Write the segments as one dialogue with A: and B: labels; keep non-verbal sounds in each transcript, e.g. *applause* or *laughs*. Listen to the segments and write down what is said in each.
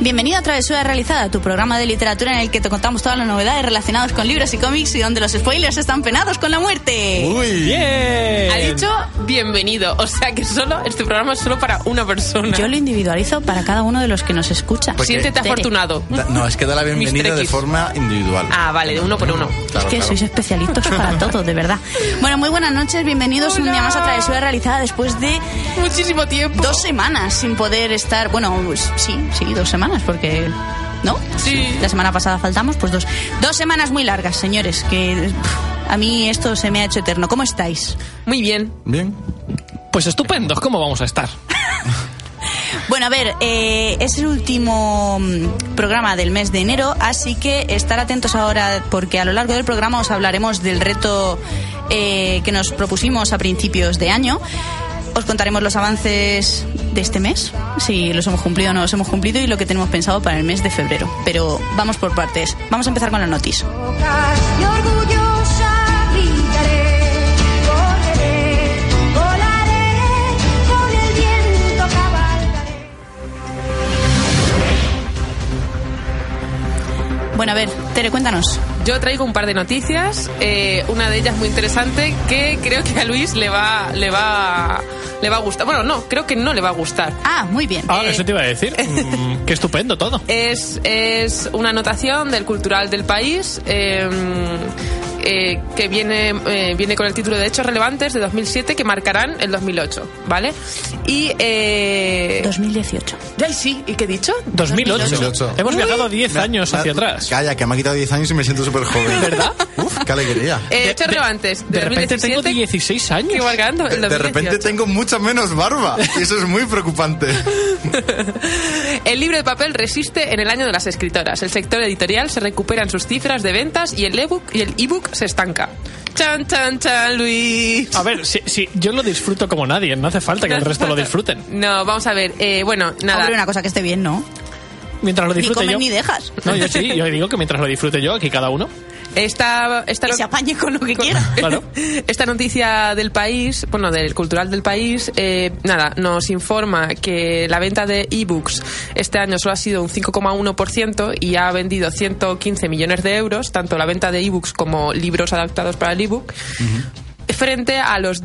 A: Bienvenido a Travesura Realizada, tu programa de literatura en el que te contamos todas las novedades relacionadas con libros y cómics y donde los spoilers están penados con la muerte.
B: Uy,
C: Bien.
D: Ha dicho bienvenido, o sea que solo este programa es solo para una persona.
A: Yo lo individualizo para cada uno de los que nos escucha.
B: Pues
A: es
D: Siéntete
A: Tere.
D: afortunado.
B: Da- no, es que da la bienvenida
D: Mr.
B: de
D: X.
B: forma individual.
D: Ah, vale, de uno por uno.
B: Claro,
A: que
B: claro.
A: sois especialistas
D: *laughs*
A: para todo, de verdad. Bueno, muy buenas noches, bienvenidos un día más a Travesura Realizada después de
D: *laughs* Muchísimo tiempo.
A: dos semanas sin poder estar. Bueno, pues, sí, sí, dos semanas, porque. ¿No?
D: Sí.
A: La semana pasada faltamos, pues dos. Dos semanas muy largas, señores, que. pff, a mí esto se me ha hecho eterno. ¿Cómo estáis?
D: Muy bien.
B: Bien.
C: Pues estupendos, ¿cómo vamos a estar?
A: Bueno, a ver, eh, es el último mm, programa del mes de enero, así que estar atentos ahora porque a lo largo del programa os hablaremos del reto eh, que nos propusimos a principios de año. Os contaremos los avances de este mes, si los hemos cumplido o no los hemos cumplido y lo que tenemos pensado para el mes de febrero. Pero vamos por partes. Vamos a empezar con la noticia.
E: y orgullosa brillaré, correré, volaré, con el viento cabalgaré.
A: Bueno, a ver, Tere, cuéntanos.
D: Yo traigo un par de noticias, eh, una de ellas muy interesante que creo que a Luis le va, le va, le va a gustar. Bueno, no, creo que no le va a gustar.
A: Ah, muy bien.
C: Ah,
D: Eh.
C: eso te iba a decir. Mm, qué estupendo todo.
B: eh,
D: Es, es una anotación del cultural del país eh, eh, que viene, eh, viene con el título de Hechos Relevantes de 2007 que marcarán el 2008, ¿vale? Y... Eh,
A: 2018.
D: Ay, sí, ¿y qué he dicho?
C: 2008.
B: 2008.
C: Hemos viajado 10
B: Me-
C: años
B: me-
C: hacia atrás.
B: Calla, que me ha quitado 10 años y me siento súper joven.
C: ¿Verdad?
B: Uf, qué alegría.
D: Eh,
C: De-
D: Hechos
C: de-
D: Relevantes de,
C: De repente tengo
D: 2017,
C: 16 años.
D: que marcarán el
B: De, de
D: 2018.
B: repente tengo mucha menos barba. Y eso es muy preocupante.
D: El libro de papel resiste en el año de las escritoras. El sector editorial se recupera en sus cifras de ventas y el ebook y el ebook se estanca. Chan chan chan Luis.
C: A ver, si, si yo lo disfruto como nadie, no hace falta que el resto lo disfruten.
D: *laughs* No, vamos a ver. eh, bueno, nada.
A: Ah, Hombre, una cosa que esté bien, ¿no?
C: Mientras lo
A: Ni
C: disfrute
A: comes
C: yo.
A: ni dejas.
C: No, yo sí, yo digo que mientras lo disfrute yo, aquí cada uno.
D: Esta, esta
A: Que
D: no-
A: se apañe con lo que quiera.
C: Claro.
D: *laughs* Esta noticia del país, bueno, del cultural del país, eh, nada, nos informa que la venta de ebooks este año solo ha sido un 5,1% y ha vendido 115 millones de euros, tanto la venta de ebooks como libros adaptados para el ebook, frente a los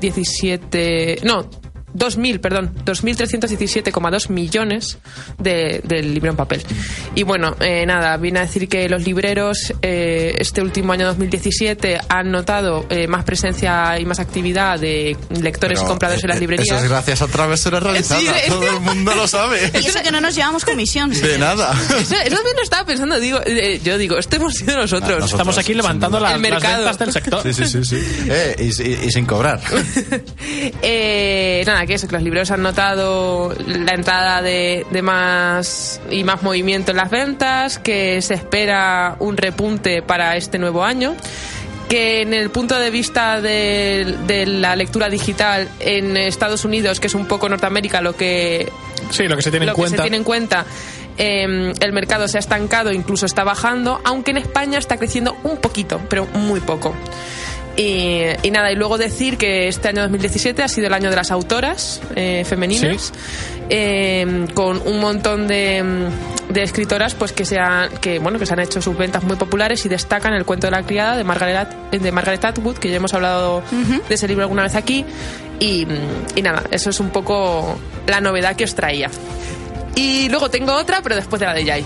D: 2.317. No. 2.000, perdón, 2.317,2 millones de, del libro en papel. Y bueno, eh, nada, viene a decir que los libreros eh, este último año 2017 han notado eh, más presencia y más actividad de lectores y
B: Pero,
D: compradores en las
B: eh, Eso
D: librerías.
B: es gracias a Travesura Realizada.
D: Sí, sí.
B: Todo el mundo lo
D: *laughs*
B: sabe.
A: Y eso que no nos llevamos comisión.
B: De
C: *laughs*
B: nada.
D: Eso, eso también lo estaba pensando, digo, eh, yo digo, esto hemos sido nosotros.
B: Ah, nosotros.
C: Estamos aquí
B: sin
C: levantando
B: duda.
C: la-
D: El
C: las
D: mercado.
C: ventas del sector.
B: Sí, sí, sí. sí. Eh, y, y- y sin cobrar.
D: *laughs* Eh, nada, que eso, que los libreros han notado la entrada de, de más y más movimiento en las ventas, que se espera un repunte para este nuevo año, que en el punto de vista de, de la lectura digital en Estados Unidos, que es un poco Norteamérica lo que
C: Sí, lo que se tiene
D: lo
C: en
D: que se
C: cuenta.
D: tiene en cuenta. eh, el mercado se ha estancado, incluso está bajando, aunque en España está creciendo un poquito, pero muy poco. Y, y nada, y luego decir que este año 2017 ha sido el año de las autoras eh, femeninas, eh, con un montón de, mm, de escritoras pues que se han, que, bueno, que se han hecho sus ventas muy populares y destacan el cuento de la criada de Margaret, de Margaret Atwood, que ya hemos hablado de ese libro alguna vez aquí. Y, mm, y nada, eso es un poco la novedad que os traía. Y luego tengo otra, pero después de la de Yay.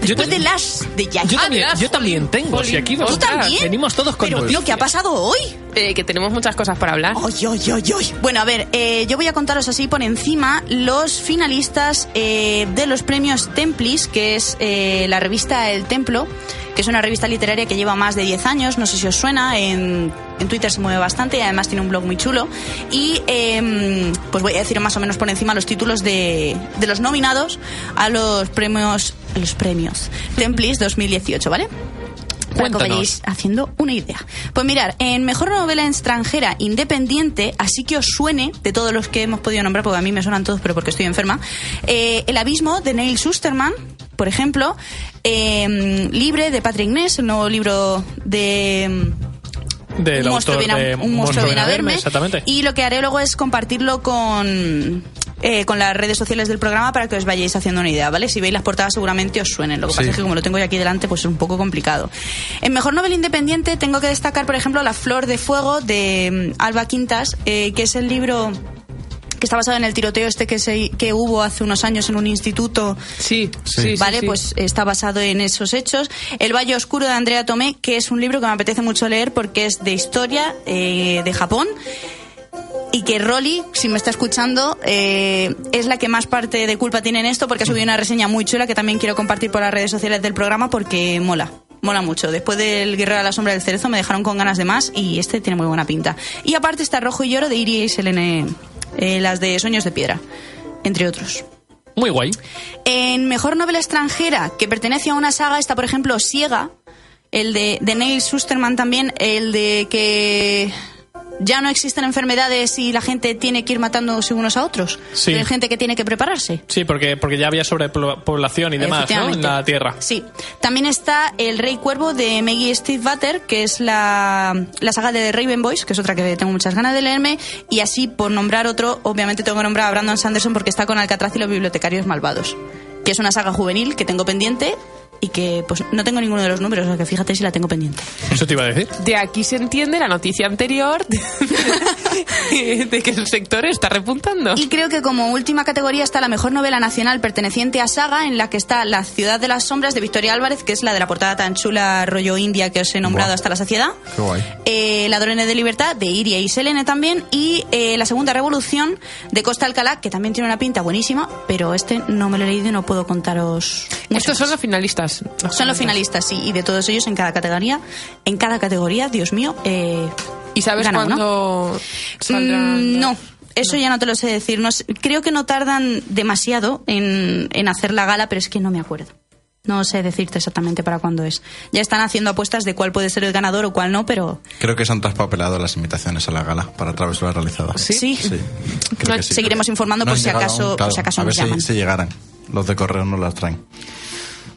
C: Yo
A: Después
C: te-
A: Pues de las de Yaya.
C: Yo
D: Ah,
C: también,
D: de las-
C: yo también tengo.
D: Jolín.
C: Si aquí
D: ¿Tú
A: ¿Tú
C: vosotras
A: también?
C: venimos todos con
A: Pero tío, ¿qué ha pasado hoy?
D: Eh, que tenemos muchas cosas para hablar.
A: Ay, ay, ay, ay. Bueno, a ver, eh, yo voy a contaros así por encima los finalistas eh, de los premios Templis, que es eh, la revista El Templo, que es una revista literaria que lleva más de 10 años, no sé si os suena, en, en Twitter se mueve bastante y además tiene un blog muy chulo. Y eh, pues voy a decir más o menos por encima los títulos de, de los nominados a los premios, a los premios Templis 2018, ¿vale? para que os
C: Cuéntanos.
A: vayáis haciendo una idea. Pues mirar, en Mejor Novela Extranjera Independiente, así que os suene, de todos los que hemos podido nombrar, porque a mí me suenan todos, pero porque estoy enferma, eh, El Abismo de Neil Susterman, por ejemplo, eh, Libre de Patrick Ness, un nuevo libro de...
C: Del
A: Un monstruo
C: autor
A: viene a-
C: de
A: un monstruo viene a verme.
C: Exactamente.
A: Y lo que haré luego es compartirlo con, eh, con las redes sociales del programa para que os vayáis haciendo una idea, ¿vale? Si veis las portadas seguramente os suenen. Lo que pasa es que como lo tengo yo aquí delante, pues es un poco complicado. En Mejor Novela Independiente tengo que destacar, por ejemplo, La Flor de Fuego de mm, Alba Quintas, eh, que es el libro que está basado en el tiroteo este que, se, que hubo hace unos años en un instituto
D: Sí, sí, sí,
A: vale,
D: sí.
A: pues está basado en esos hechos. El Valle Oscuro de Andrea Tomé, que es un libro que me apetece mucho leer porque es de historia eh, de Japón. Y que Rolly, si me está escuchando, eh, es la que más parte de culpa tiene en esto porque ha subido una reseña muy chula que también quiero compartir por las redes sociales del programa porque mola. Mola mucho. Después del Guerrero a la Sombra del Cerezo me dejaron con ganas de más y este tiene muy buena pinta. Y aparte está Rojo y Lloro de Iris y Selene, eh, las de Sueños de Piedra, entre otros.
C: Muy guay.
A: En Mejor Novela Extranjera, que pertenece a una saga, está, por ejemplo, Siega, el de, de Neil Susterman también, el de que ya no existen enfermedades y la gente tiene que ir matándose unos a otros.
C: Sí.
A: Hay gente que tiene que prepararse.
C: Sí, porque, porque ya había sobrepoblación y demás, ¿no? En
A: Efectivamente.
C: la Tierra.
A: Sí. También está El Rey Cuervo de Maggie Steve Butter, que es la, la saga de Raven Boys, que es otra que tengo muchas ganas de leerme. Y así, por nombrar otro, obviamente tengo que nombrar a Brandon Sanderson porque está con Alcatraz y los bibliotecarios malvados, que es una saga juvenil que tengo pendiente y que pues no tengo ninguno de los números, o sea que fíjate si la tengo pendiente.
C: Eso te iba a decir.
D: De aquí se entiende la noticia anterior de, de que el sector está repuntando.
A: Y creo que como última categoría está la mejor novela nacional perteneciente a saga, en la que está La ciudad de las sombras de Victoria Álvarez, que es la de la portada tan chula rollo india que os he nombrado
B: Buah.
A: hasta la saciedad.
B: Qué guay.
A: Eh, Ladrones de libertad de Iria y Selene también. Y eh, La segunda revolución de Costa Alcalá, que también tiene una pinta buenísima, pero este no me lo he leído y no puedo contaros. mucho
D: Estos
A: más.
D: son los finalistas.
A: Son los finalistas, sí, y de todos ellos en cada categoría, en cada categoría, Dios mío, eh,
D: ¿Y sabes
A: gana uno.
D: cuándo saldrán?
A: Mm, no, eso ya no te lo sé decir. No sé- creo que no tardan demasiado en, en hacer la gala, pero es que no me acuerdo. No sé decirte exactamente para cuándo es. Ya están haciendo apuestas de cuál puede ser el ganador o cuál no, pero
B: Creo que se han traspapelado las invitaciones a la gala para travesuras realizadas.
A: sí.
B: Sí, creo que sí.
A: Seguiremos informando por
B: han
A: si
B: llegado
A: acaso- por si acaso
B: a
A: nos
B: ver
A: llaman.
B: si, si llegaran. Los de correo no las traen.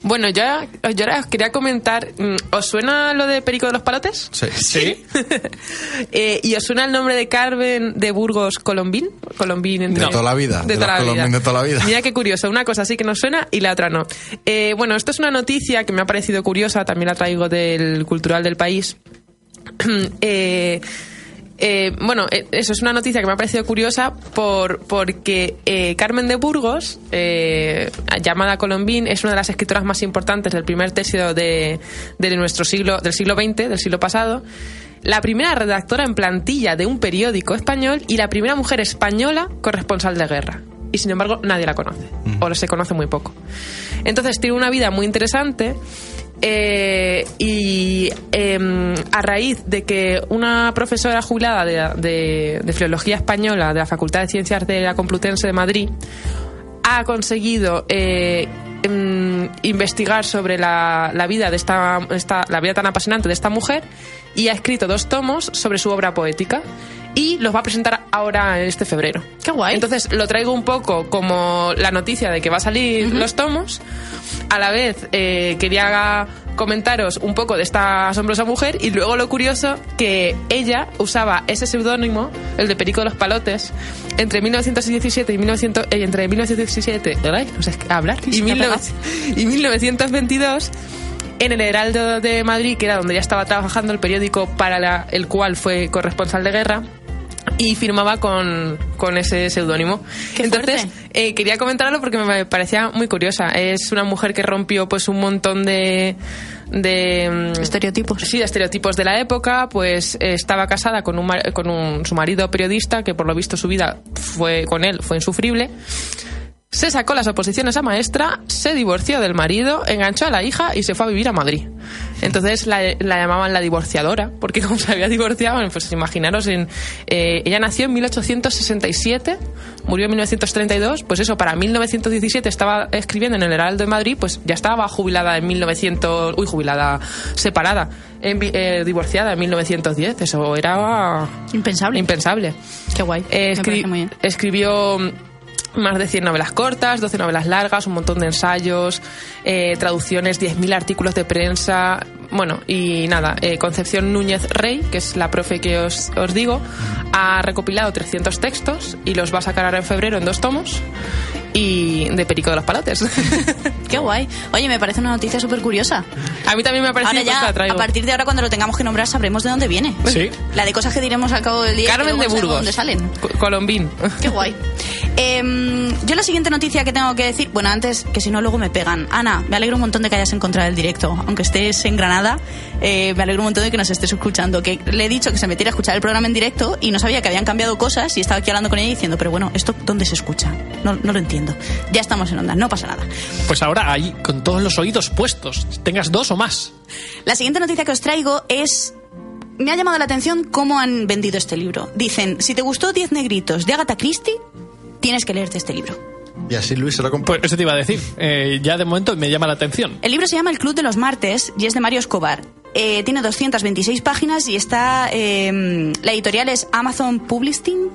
D: Bueno, yo, ahora- yo ahora os quería comentar. mm, ¿Os suena lo de Perico de los Palotes?
B: Sí.
C: Sí.
D: *laughs* Eh, ¿Y os suena el nombre de Carmen de Burgos Colombín? Colombín entre-
B: De toda la vida, de los Colombín de toda la vida.
D: Mira qué curioso, una cosa sí que nos suena y la otra no. Eh, bueno, esto es una noticia que me ha parecido curiosa, también la traigo del Cultural del País. *clears throat* Eh, eh, bueno, eh, eso es una noticia que me ha parecido curiosa por, porque eh, Carmen de Burgos, eh, llamada Colombín, es una de las escritoras más importantes del primer tercio de, de nuestro siglo, del siglo XX, del siglo pasado. La primera redactora en plantilla de un periódico español y la primera mujer española corresponsal de guerra. Y sin embargo, nadie la conoce, o se conoce muy poco. Entonces tiene una vida muy interesante eh, y em, a raíz de que una profesora jubilada de, de- de Filología Española de la Facultad de Ciencias de la Complutense de Madrid ha conseguido eh, em, investigar sobre la, la vida de esta, esta- la vida tan apasionante de esta mujer y ha escrito dos tomos sobre su obra poética y los va a presentar ahora este febrero. Qué guay. Entonces lo traigo un poco como la noticia de que va a salir los tomos. A la vez eh, quería comentaros un poco de esta asombrosa mujer y luego lo curioso que ella usaba ese seudónimo, el de Perico de los Palotes, entre 1917 y 1900, eh, entre 1917 ay, no sé hablar, y, 19 y 1922 en el Heraldo de Madrid, que era donde ya estaba trabajando el periódico para la- el cual fue corresponsal de guerra. Y firmaba con, con ese seudónimo.
A: ¡Qué
D: Entonces,
A: fuerte!
D: eh, quería comentarlo porque me parecía muy curiosa. Es una mujer que rompió pues un montón de... de mm,
A: Estereotipos.
D: Sí, de estereotipos de la época, pues eh, estaba casada con, un, mar- con un- su marido periodista, que por lo visto su vida fue con él fue insufrible. Se sacó las oposiciones a maestra, se divorció del marido, enganchó a la hija y se fue a vivir a Madrid. Entonces la, la llamaban la divorciadora, porque *laughs* como se había divorciado, bueno, pues imaginaros, en, eh, ella nació en 1867, murió en 1932, pues eso, para 1917 estaba escribiendo en el Heraldo de Madrid, pues ya estaba jubilada en 1900, uy, jubilada, separada, en vi- eh, divorciada en 1910, eso era
A: Impensable.
D: impensable.
A: Qué guay.
D: Eh,
A: Me
D: escri-
A: parece muy bien.
D: Escribió mm, más de 100 novelas cortas, 12 novelas largas, un montón de ensayos, eh, traducciones, 10.000 artículos de prensa. Bueno, y nada, eh, Concepción Núñez Rey, que es la profe que os, os digo, ha recopilado 300 textos y los va a sacar ahora en febrero en dos tomos y de Perico de los Palotes. *laughs*
A: Qué guay. Oye, me parece una noticia súper curiosa.
D: a mí también me ha parecido
A: Ahora
D: pues,
A: ya,
D: la traigo.
A: a partir de ahora, cuando lo tengamos que nombrar, sabremos de dónde viene.
C: Sí.
A: La de cosas que diremos al cabo del día. que
D: Carmen
A: luego
D: de
A: no sabemos ¿Dónde
D: Burgos.
A: salen?
D: Co- Colombín.
A: Qué guay. Em, yo la siguiente noticia que tengo que decir, bueno, antes que si no luego me pegan. Ana, me alegro un montón de que hayas encontrado el directo, aunque estés en Granada, eh, me alegro un montón de que nos estés escuchando. Que le he dicho que se metiera a escuchar el programa en directo y no sabía que habían cambiado cosas y estaba aquí hablando con ella diciendo, pero bueno, esto dónde se escucha, no, no lo entiendo. Ya estamos en onda, no pasa nada.
C: Pues ahora ahí, con todos los oídos puestos, tengas dos o más.
A: La siguiente noticia que os traigo es... Me ha llamado la atención cómo han vendido este libro. Dicen, si te gustó Diez negritos de Agatha Christie, tienes que leerte este libro.
B: Y así Luis se lo compró.
C: Pues eso te iba a decir. Eh, ya de momento me llama la atención.
A: El libro se llama El Club de los Martes y es de Mario Escobar. Eh, tiene 226 páginas y está. eh, la editorial es Amazon Publishing.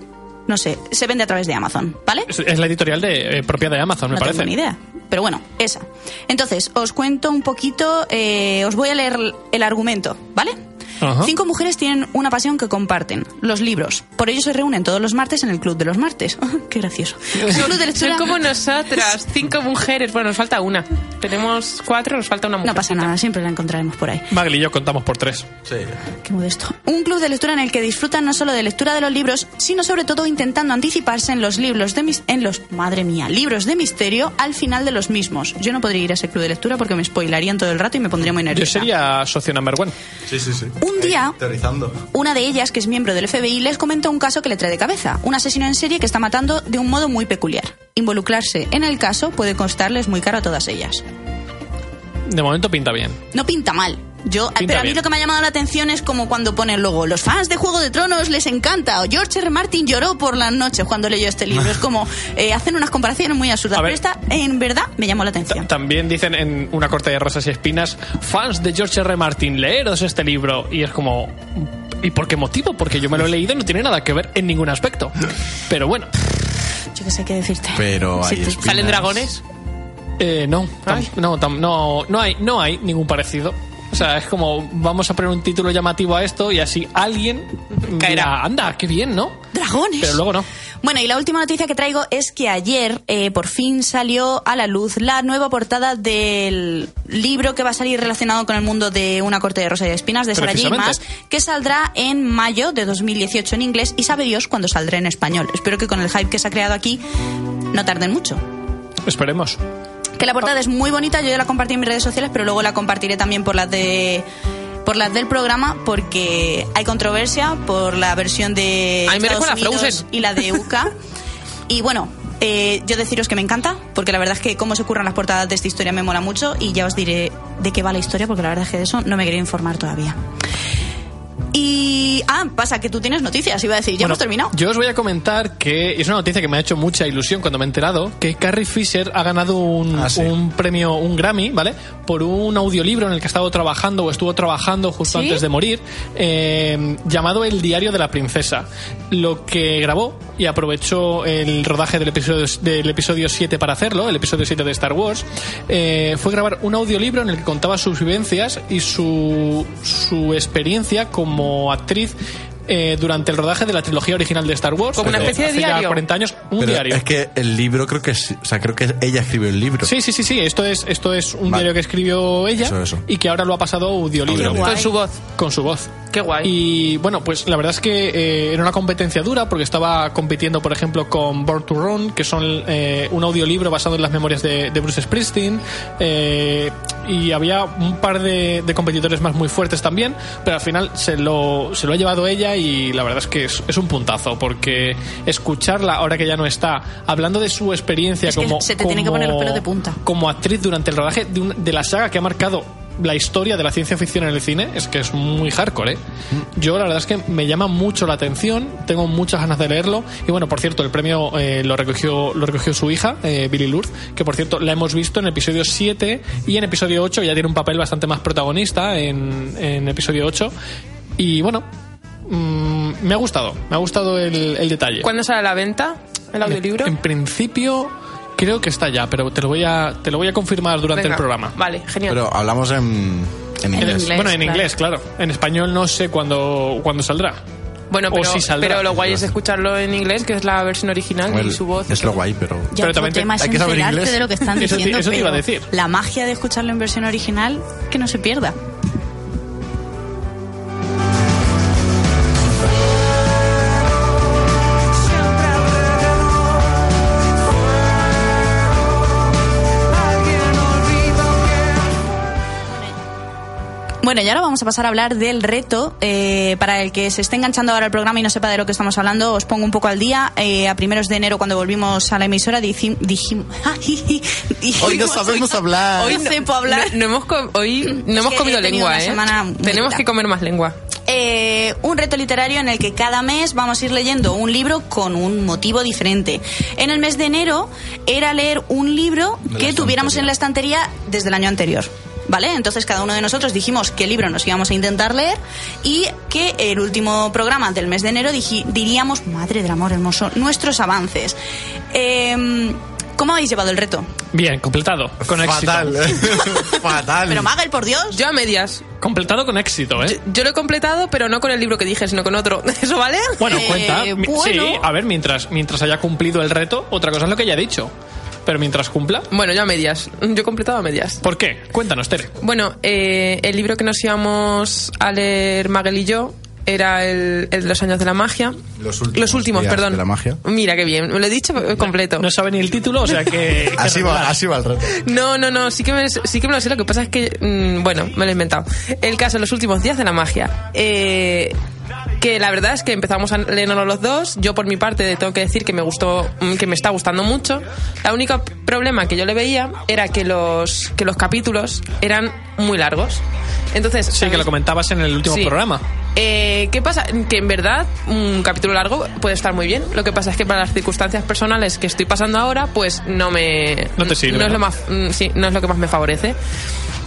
A: No sé, se vende a través de Amazon, ¿vale?
C: Es, es la editorial de, eh, propia de Amazon, me
A: no
C: parece.
A: tengo ni idea. Pero bueno, esa. Entonces, os cuento un poquito, eh, os voy a leer el argumento, ¿vale?
C: Ajá.
A: Cinco mujeres tienen una pasión que comparten, los libros. Por ello se reúnen todos los martes en el Club de los Martes. *laughs* Qué gracioso. Su club de lectura-
D: Son
C: *laughs*
D: como nosotras, cinco mujeres. Bueno, nos falta una. Tenemos cuatro, nos falta una mujer.
A: No pasa nada, siempre la encontraremos por ahí.
C: Magli y yo contamos por tres.
B: Sí.
A: Qué modesto. Un club de lectura en el que disfrutan no solo de lectura de los libros, sino sobre todo intentando anticiparse en los libros de mis en los madre mía, libros de misterio al final de los mismos. Yo no podría ir a ese club de lectura porque me spoilarían todo el rato y me pondría muy
C: Yo
A: nerviosa.
C: sería socio number one.
B: Sí, sí, sí.
A: Un día-
B: Teorizando.
A: Una de ellas, que es miembro del FBI, les comenta un caso que le trae de cabeza. Un asesino en serie que está matando de un modo muy peculiar. Involucrarse en el caso puede costarles muy caro a todas ellas.
C: De momento pinta bien.
A: No pinta mal. Yo,
C: Pinta
A: pero a mí
C: bien.
A: lo que me ha llamado la atención es como cuando ponen luego los fans de Juego de Tronos les encanta o George R. R. Martin lloró por la noche cuando leyó este libro.
C: *laughs*
A: Es como eh, hacen unas comparaciones muy absurdas.
C: A
A: Pero
C: ver.
A: esta, en verdad, me llamó la
C: Ta-
A: atención.
C: También dicen en una corte de rosas y espinas, fans de George R. R. Martin, leeros este libro. Y es como, ¿y por qué motivo? Porque yo me lo he leído y no tiene nada que ver en ningún aspecto. Pero bueno,
A: Yo qué sé qué decirte.
B: Pero
A: Sí,
B: hay
A: tú-
B: espinas.
D: ¿Salen dragones?
C: eh, no, tam- no, tam- no, no, hay, no hay ningún parecido. O sea, es como, vamos a poner un título llamativo a esto y así alguien
D: Caerá.
C: dirá, anda, qué bien, ¿no?
A: Dragones.
C: Pero luego no.
A: Bueno, y la última noticia que traigo es que ayer eh, por fin salió a la luz la nueva portada del libro que va a salir relacionado con el mundo de Una corte de rosa y espinas de Sara J. Maas,
C: Precisamente.
A: que saldrá en mayo de 2018 en inglés y sabe Dios cuándo saldrá en español. Espero que con el hype que se ha creado aquí no tarden mucho.
C: Esperemos.
A: Que la portada es muy bonita, yo ya la compartí en mis redes sociales, pero luego la compartiré también por las de por las del programa porque hay controversia por la versión de
D: A mí me
A: Estados
D: recuerda a
A: Unidos
D: Frozen.
A: y la de
D: *laughs*
A: UCA. y bueno, eh, yo deciros que me encanta, porque la verdad es que cómo se curran las portadas de esta historia me mola mucho y ya os diré de qué va la historia, porque la verdad es que de eso no me quería informar todavía. Y Ah, pasa que tú tienes noticias, iba a decir, ya
C: Bueno,
A: hemos terminado.
C: Yo os voy a comentar que y es una noticia que me ha hecho mucha ilusión cuando me he enterado que Carrie Fisher ha ganado un,
B: Ah, sí.
C: un premio, un Grammy, ¿vale? Por un audiolibro en el que ha estado trabajando o estuvo trabajando justo
A: ¿Sí?
C: antes de morir, eh, llamado El Diario de la Princesa. Lo que grabó y aprovechó el rodaje del episodio, del episodio 7 para hacerlo, el episodio 7 de Star Wars, eh, fue grabar un audiolibro en el que contaba sus vivencias y su, su experiencia como actriz eh, durante el rodaje de la trilogía original de Star Wars.
D: Como una
C: Hace
D: especie de
C: ya
D: diario.
C: 40 años, un
B: Pero
C: diario.
B: Es que el libro creo que sí. O sea, creo que ella escribió el libro.
C: Sí, sí, sí, sí. Esto es, esto es un
B: Vale.
C: diario que escribió ella
B: Eso, eso.
C: y que ahora lo ha pasado a audiolibro.
B: Audiolibro. Qué
D: Con su voz.
C: Con su voz.
D: Qué guay.
C: Y bueno, pues la verdad es que eh, era una competencia dura porque estaba compitiendo, por ejemplo, con Born to Run, que son eh, un audiolibro basado en las memorias de, de Bruce Springsteen. eh, y había un par de, de competidores más muy fuertes también, pero al final se lo, se lo ha llevado ella y la verdad es que es, es un puntazo porque escucharla ahora que ya no está, hablando de su experiencia
A: Es que
C: como.
A: se te tienen que poner los
C: como-
A: pelos de punta.
C: Como actriz durante el rodaje de, un- de la saga que ha marcado la historia de la ciencia ficción en el cine, es que es muy hardcore, ¿eh? Yo la verdad es que me llama mucho la atención, tengo muchas ganas de leerlo. Y bueno, por cierto, el premio eh, lo, recogió, lo recogió su hija, eh, Billy Lourdes, que por cierto la hemos visto en episodio 7 y en episodio 8, ya tiene un papel bastante más protagonista en, en episodio 8. Y bueno, mm, me ha gustado, me ha gustado el, el detalle.
D: ¿Cuándo sale a la venta el audiolibro?
C: En principio creo que está ya, pero te lo voy a te lo voy a confirmar durante
D: Venga.
C: el programa.
D: Vale, genial.
B: Pero hablamos en, en inglés.
D: inglés.
C: bueno, en
D: claro.
C: inglés, claro. En español no sé cuándo cuándo saldrá.
D: bueno,
C: o
D: pero,
C: sí saldrá.
D: pero lo guay es escucharlo en inglés, que es la versión original
B: Bueno,
D: y su voz.
B: Es lo guay, pero.
A: Ya
C: Pero
A: otro
C: también te-
A: tema es
B: hay que saber
A: enterarte
B: inglés.
A: de lo que están
C: Eso te-
A: diciendo.
C: eso te iba a
A: pero
C: decir.
A: La magia de escucharlo en versión original, que no se pierda. Bueno, y ahora vamos a pasar a hablar del reto. eh, para el que se esté enganchando ahora al programa y no sepa de lo que estamos hablando, os pongo un poco al día. Eh, a primeros de enero, cuando volvimos a la emisora, dijim- dijim- *laughs* dijimos...
B: Hoy no sabemos hablar.
A: Hoy no sepa hablar.
D: No, no hemos com- hoy no hemos
A: que
D: comido
A: he tenido
D: lengua,
A: una
D: ¿eh?
A: semana muy
D: Tenemos
A: dura.
D: que comer más lengua.
A: Eh, un reto literario en el que cada mes vamos a ir leyendo un libro con un motivo diferente. En el mes de enero era leer un libro
B: De la
A: que tuviéramos
B: estantería.
A: en la estantería desde el año anterior. ¿Vale? Entonces cada uno de nosotros dijimos qué libro nos íbamos a intentar leer y que el último programa del mes de enero diji- diríamos, madre del amor hermoso, nuestros avances. Em, ¿Cómo habéis llevado el reto?
C: Bien, completado con éxito.
B: Fatal. *laughs* Fatal.
A: Pero Magel, por Dios.
D: Yo a medias.
C: Completado con éxito, ¿eh?
D: Yo lo he completado, pero no con el libro que dije, sino con otro. *laughs* ¿Eso vale?
C: Bueno,
A: Eh,
C: cuenta. Mi-
A: bueno.
C: Sí, a ver, mientras mientras haya cumplido el reto, otra cosa es lo que haya dicho. Pero mientras cumpla,
D: Bueno, yo a medias. Yo he completado a medias.
C: ¿por qué? Cuéntanos, Tere.
D: Bueno, eh, el libro que nos íbamos a leer Magel y yo era el, el de los años de la magia.
B: Los últimos días
D: perdón.
B: de la magia.
D: Mira qué bien, me lo he dicho eh, completo.
C: No sabe ni el título, o sea que
B: Así va, así va el reto.
D: No, no, no, sí que me, sí que me lo sé, lo que pasa es que, mm, bueno, me lo he inventado. El caso, los últimos días de la magia. Eh, que la verdad es que empezamos a leernos los dos. Yo, por mi parte, tengo que decir que me gustó, mm, que me está gustando mucho. La única problema que yo le veía era que los, que los capítulos eran muy largos. Entonces,
C: Sí, que lo comentabas en el último
D: Sí.
C: programa.
D: Eh, ¿Qué pasa? Que en verdad un capítulo largo puede estar muy bien. Lo que pasa es que para las circunstancias personales que estoy pasando ahora, pues no me.
C: No te sirve,
D: No es
C: ¿no?
D: lo, más, mm, sí, no es lo que más me favorece.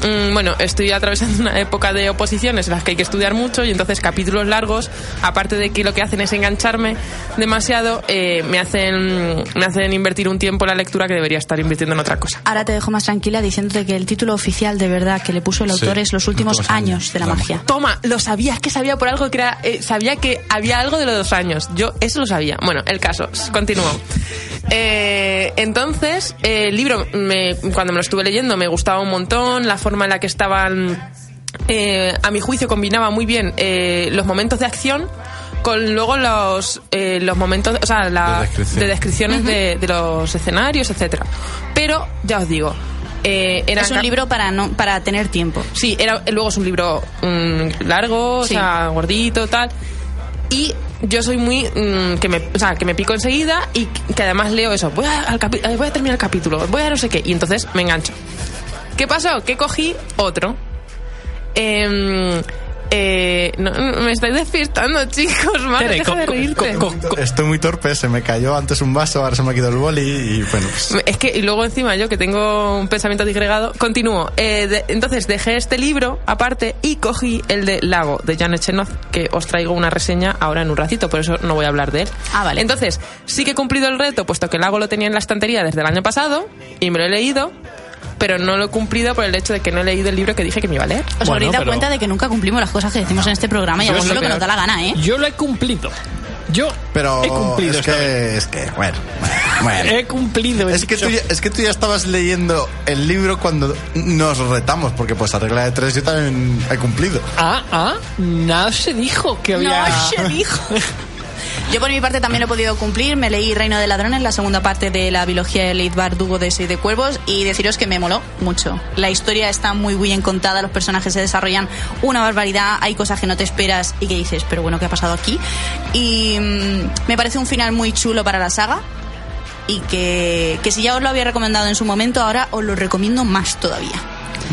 D: Mm, Bueno, estoy atravesando una época de oposiciones en las que hay que estudiar mucho y entonces capítulos largos, aparte de que lo que hacen es engancharme demasiado, eh, me, hacen, me hacen invertir un tiempo en la lectura que debería estar invirtiendo en otra cosa.
A: Ahora te dejo más tranquila diciéndote que el título oficial de verdad que le puso el
B: Sí,
A: autor es Los últimos
B: Últimos
A: años,
B: años
A: de la
B: de la
A: magia.
D: Toma, lo sabía, es que sabía por algo que era, eh, sabía que había algo de los dos años. Yo eso lo sabía. Bueno, el caso, s- continúo. Eh, entonces, eh, el libro, me- cuando me lo estuve leyendo, me gustaba un montón, la forma en la que estaban, eh, a mi juicio, combinaba muy bien eh, los momentos de acción con luego los, eh, los momentos, o sea, la,
B: De descripción.
D: de descripciones de, de los escenarios, etcétera. Pero, ya os digo, eh, eran
A: Es un
D: ca-
A: libro para no para tener tiempo.
D: Sí, era, luego es un libro mm, largo,
A: Sí.
D: o sea, gordito, tal. Y yo soy muy. mm, que, me, o sea, que me pico enseguida y que además leo eso. Voy a, al capi- eh, voy a terminar el capítulo, voy a no sé qué. Y entonces me engancho. ¿Qué pasó? Que cogí otro. Em, Eh, no, me estáis despistando, *laughs* chicos. Mar,
C: Tere,
D: deja
C: co-
D: de
C: co-
D: reírte.
C: co- co-
B: Estoy muy torpe, se me cayó antes un vaso, ahora se me ha quedado el boli y bueno, pues,
D: Es que, y luego encima yo que tengo un pensamiento disgregado, continúo. Eh, de- entonces dejé este libro aparte y cogí el de Lago, de Jan Echenoz, que os traigo una reseña ahora en un ratito, por eso no voy a hablar de él.
A: Ah, vale.
D: Entonces, sí que he cumplido el reto, puesto que Lago lo tenía en la estantería desde el año pasado y me lo he leído, pero no lo he cumplido por el hecho de que no he leído el libro que dije que me iba a leer.
A: Os
C: Bueno,
A: habréis dado
C: pero-
A: cuenta de que nunca cumplimos las cosas que decimos en este programa y
C: Yo
A: hacemos
C: es
A: lo
C: lo
A: que nos
C: peor.
A: da la gana, ¿eh?
C: Yo lo he cumplido. Yo
B: pero
C: he cumplido.
B: es
C: esta vez.
B: que, es que, bueno, bueno.
C: He cumplido. he
B: Es que,
C: dicho.
B: tú ya, es que tú ya estabas leyendo el libro cuando nos retamos, porque pues a regla de tres yo también he cumplido.
C: Ah, ah, nada se dijo que había.
A: No *laughs* se dijo. Yo por mi parte también lo he podido cumplir, me leí Reino de Ladrones, la segunda parte de la biología de Leith Bardugo de Seis de Cuervos y deciros que me moló mucho. La historia está muy bien contada, los personajes se desarrollan una barbaridad, hay cosas que no te esperas y que dices, pero bueno, ¿qué ha pasado aquí? Y mm, me parece un final muy chulo para la saga y que, que si ya os lo había recomendado en su momento, ahora os lo recomiendo más todavía.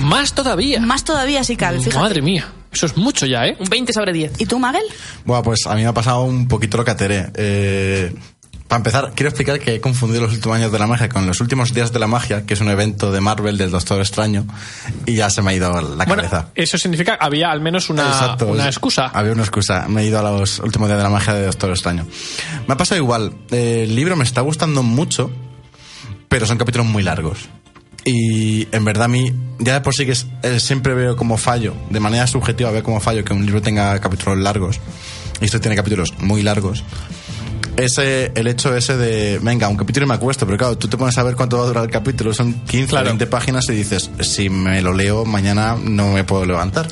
C: Más todavía.
A: Más todavía si cabe, fíjate.
C: Madre mía. Eso es mucho ya, ¿eh?
D: Un 20 sobre 10.
A: ¿Y tú, Magel?
B: Bueno, pues a mí me ha pasado un poquito lo que a Tere. Eh, para empezar, quiero explicar que he confundido los últimos años de la magia con los últimos días de la magia, que es un evento de Marvel del Doctor Extraño, y ya se me ha ido la
C: Bueno,
B: cabeza.
C: eso significa que había al menos una,
B: Exacto.
C: una excusa.
B: Había una excusa. Me he ido a los últimos días de la magia de Doctor Extraño. Me ha pasado igual. Eh, El libro me está gustando mucho, pero son capítulos muy largos. Y en verdad a mí, ya de por sí que es- eh, siempre veo como fallo, de manera subjetiva veo como fallo que un libro tenga capítulos largos. Y esto tiene capítulos muy largos. Ese, el hecho ese de, venga, un capítulo y me acuesto, pero claro, tú te pones a ver cuánto va a durar el capítulo, son 15
C: Claro.
B: 20 páginas y dices, si me lo leo mañana no me puedo levantar.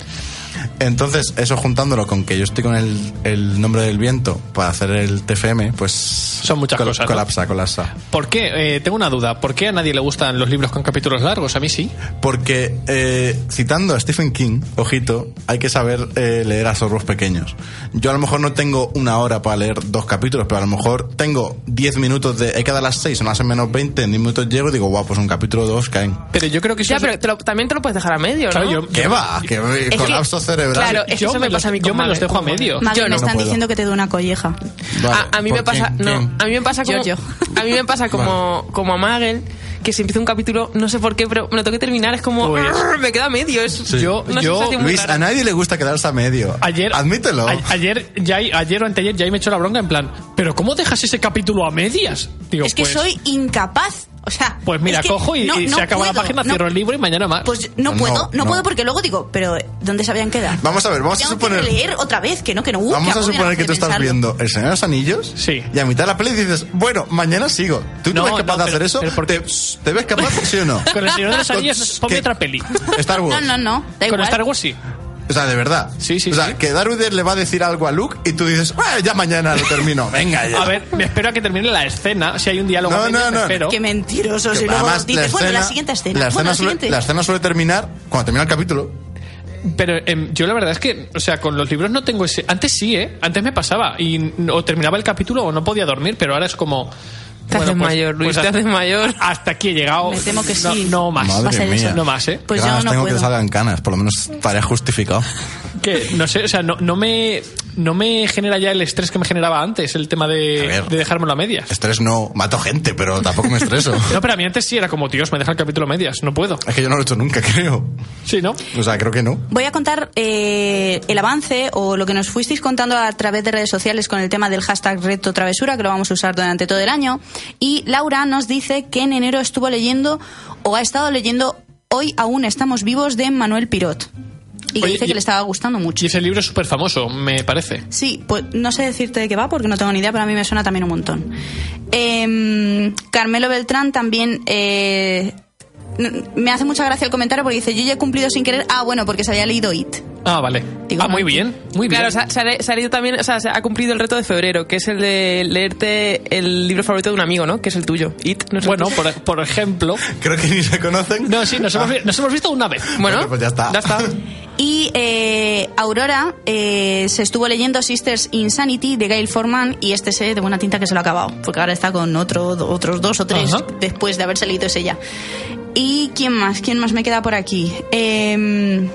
B: Entonces, eso juntándolo con que yo estoy con el, el nombre del viento para hacer el TFM, pues... Son
C: muchas cosas, ¿no?
B: Colapsa, colapsa.
C: ¿Por qué? Eh, tengo una duda. ¿Por qué a nadie le gustan los libros con capítulos largos? A mí sí.
B: Porque, eh, citando a Stephen King, ojito, hay que saber eh, leer a zorros pequeños. Yo a lo mejor no tengo una hora para leer dos capítulos, pero a lo mejor tengo 10 minutos de... Hay que dar las 6, son las menos 20, en 10 minutos llego y digo, guau, pues un capítulo 2 caen.
C: Pero yo creo que eso
D: Ya,
C: es-
D: pero te lo- también te lo puedes dejar a medio,
C: Claro,
D: ¿no?
C: yo-
B: ¿Qué va? ¿Qué
D: que-
B: colapso cerebral?
D: claro, es que
C: yo
D: eso
C: me
D: me
C: los-
D: pasa a mí
C: yo
D: con
C: me los
D: Mabel,
C: dejo a
D: con Mabel.
C: medio.
A: Magel, me
B: no
A: están
B: puedo.
A: diciendo que te doy una colleja.
B: Vale,
D: a, a mí me
B: ¿por
D: pasa,
B: quién?
D: no,
B: ¿Quién?
D: a mí me pasa como,
A: Yo, yo.
D: *laughs* a mí me pasa como, como a Magel que si empieza un capítulo no sé por qué, pero me lo tengo que terminar, es como
C: Pues-
D: "Arr", me queda a medio, es
C: Yo-
D: una
C: yo-
D: sensación muy
B: Luis,
D: rara.
B: a nadie le gusta quedarse a medio.
C: Ayer,
B: Admítelo.
C: a- ayer, Jai- ayer o anteayer, ya me echó la bronca en plan, ¿pero cómo dejas ese capítulo a medias? Digo,
A: es que
C: pues,
A: soy incapaz. O sea,
C: Pues mira,
A: es que
C: cojo y,
A: no-
C: y
A: no
C: se acaba la
A: puedo,
C: página,
A: no-
C: cierro el libro y mañana más.
A: Pues no
B: No,
A: puedo, no,
B: no.
A: puedo porque luego digo, pero ¿dónde se habían quedado?
B: Vamos a ver, vamos a
A: Tengo
B: suponer-
A: Que leer otra vez, que no, que no. uh,
B: Vamos a
A: agobio,
B: suponer
A: no
B: que tú
A: puedo
B: estás
A: pensarlo.
B: viendo El Señor de los Anillos
C: Sí.
B: y a mitad de la peli dices, bueno, mañana sigo. ¿Tú
C: No,
B: te ves capaz
C: no,
B: de hacer
C: pero-
B: eso?
C: pero ¿por
B: ¿Te,
C: qué?
B: te ves capaz, *laughs* sí o no?
C: Con el Señor de los
B: *laughs*
C: Anillos,
B: Con-
C: ponme
B: ¿qué?
C: otra peli.
B: Star Wars.
A: No, no, no. Da
C: Con
A: igual.
C: Star Wars sí.
B: O sea, de verdad.
C: Sí, sí,
B: O sea,
C: sí.
B: que Darth Vader le va a decir algo a Luke y tú dices, "Ah, ya mañana lo
C: *laughs*
B: termino. Venga, ya.
C: A ver, me espero a que termine la escena. Si hay un diálogo,
B: No,
C: a medias,
B: no,
C: me
B: no.
C: espero.
A: Qué mentiroso.
B: Que
A: si luego
B: además,
A: dices, bueno, la siguiente escena. bueno,
B: la escena
A: la
B: suele-
A: siguiente.
B: la escena suele terminar cuando termina el capítulo.
C: Pero em, yo la verdad es que, o sea, con los libros no tengo ese. Antes sí, ¿eh? Antes me pasaba. Y n- o terminaba el capítulo o no podía dormir, pero ahora es como. pues,
D: Te haces mayor, Luis, te
C: hasta- Ah,
D: haces mayor.
C: Hasta aquí he llegado.
A: Me temo que
C: No-
A: sí.
C: No, más.
B: Madre
A: Va a ser
B: mía.
A: eso.
C: No más, ¿eh?
A: Pues
B: Qué
A: yo
B: ganas
A: no
B: tengo
A: puedo.
B: que salgan canas, por lo menos estaré justificado.
C: Que no sé, o sea, no, no me no me genera ya el estrés que me generaba antes, el tema
B: A
C: de,
B: ver.
C: de dejármelo a medias.
B: Estrés no, mato gente, pero tampoco me
C: *laughs*
B: estreso.
C: No, pero a mí antes sí era como, Dios, me deja el capítulo a medias, no puedo.
B: Es que yo no lo he hecho nunca, creo.
C: Sí, ¿no?
B: O sea, creo que no.
A: Voy a contar eh, el avance o lo que nos fuisteis contando a través de redes sociales con el tema del hashtag Reto Travesura, que lo vamos a usar durante todo el año. Y Laura nos dice que en enero estuvo leyendo o ha estado leyendo Hoy aún estamos vivos de Manuel Pirot. Y que
C: Oye,
A: dice
C: y-
A: que le estaba gustando mucho.
C: Y ese libro es súper famoso, me parece.
A: Sí, pues no sé decirte de qué va porque no tengo ni idea, pero a mí me suena también un montón. Em, Carmelo Beltrán también eh, n- me hace mucha gracia el comentario porque dice, yo ya he cumplido sin querer. Ah, bueno, porque se había leído It.
C: Ah, vale.
A: Digo,
C: ah, muy
A: no,
C: bien, muy bien.
D: Claro, se ha, se ha le- se ha leído también, o sea, se ha cumplido el reto de febrero, que es el de leerte el libro favorito de un amigo, ¿no? Que es el tuyo. It, ¿no es el
C: bueno,
D: tuyo?
C: por, por ejemplo...
B: Creo que ni se conocen.
C: *laughs* No, sí, nos hemos,
B: Ah,
C: vi- nos hemos visto una vez.
D: bueno,
B: pues ya está.
D: Ya está.
B: *laughs*
A: Y eh, Aurora eh, se estuvo leyendo Sisters Insanity de Gail Forman y este sé de buena tinta que se lo ha acabado, porque ahora está con otro, do- otros dos o tres
C: Ajá.
A: después de haberse leído ese ya. ¿Y quién más? ¿Quién más me queda por aquí? Em,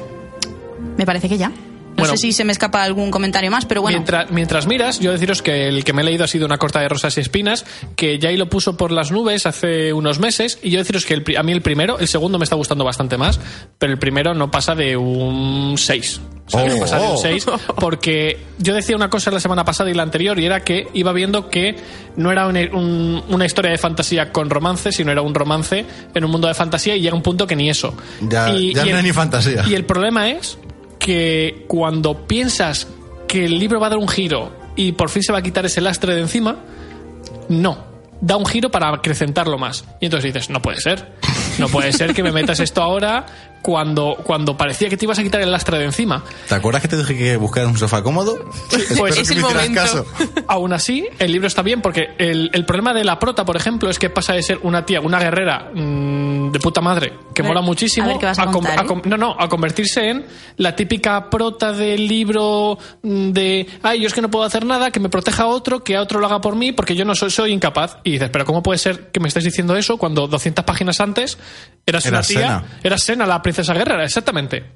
A: me parece que ya. No
C: Bueno.
A: sé si se me escapa algún comentario más, pero bueno.
C: Mientras, mientras miras, yo deciros que el que me he leído ha sido Una corta de rosas y espinas, que Jay lo puso por las nubes hace unos meses, y yo deciros que el pri- a mí el primero, el segundo me está gustando bastante más, pero el primero no pasa de un 6.
B: Oh.
C: pasa de un
B: Oh.
C: 6 porque yo decía una cosa la semana pasada y la anterior, y era que iba viendo que no era un- un- una historia de fantasía con romance, sino era un romance en un mundo de fantasía, y llega un punto que ni eso.
B: Ya-
C: Y-
B: ya
C: y
B: no es ni fantasía.
C: Y el problema es que cuando piensas que el libro va a dar un giro y por fin se va a quitar ese lastre de encima, no. Da un giro para acrecentarlo más. Y entonces dices, no puede ser. No puede ser que me metas esto ahora cuando, cuando parecía que te ibas a quitar el lastre de encima.
B: ¿Te acuerdas que te dije que buscar un sofá cómodo? Espero
C: es
B: que
D: el
B: me hicieras
D: momento.
B: caso.
C: Aún así, el libro está bien porque el, el problema de la prota, por ejemplo, es que pasa de ser una tía, una guerrera mm, de puta madre, que
A: A ver-
C: mola muchísimo,
A: a ver qué vas a
C: com-
A: contar, ¿eh?
C: com- no, no, a convertirse en la típica prota del libro mm, de, ay, yo es que no puedo hacer nada, que me proteja otro, que a otro lo haga por mí, porque yo no soy, soy incapaz. Y dices, pero ¿cómo puede ser que me estés diciendo eso cuando 200 páginas antes eras
B: Era
C: una tía?
B: Senna.
C: Era Sena, la princesa guerrera, exactamente.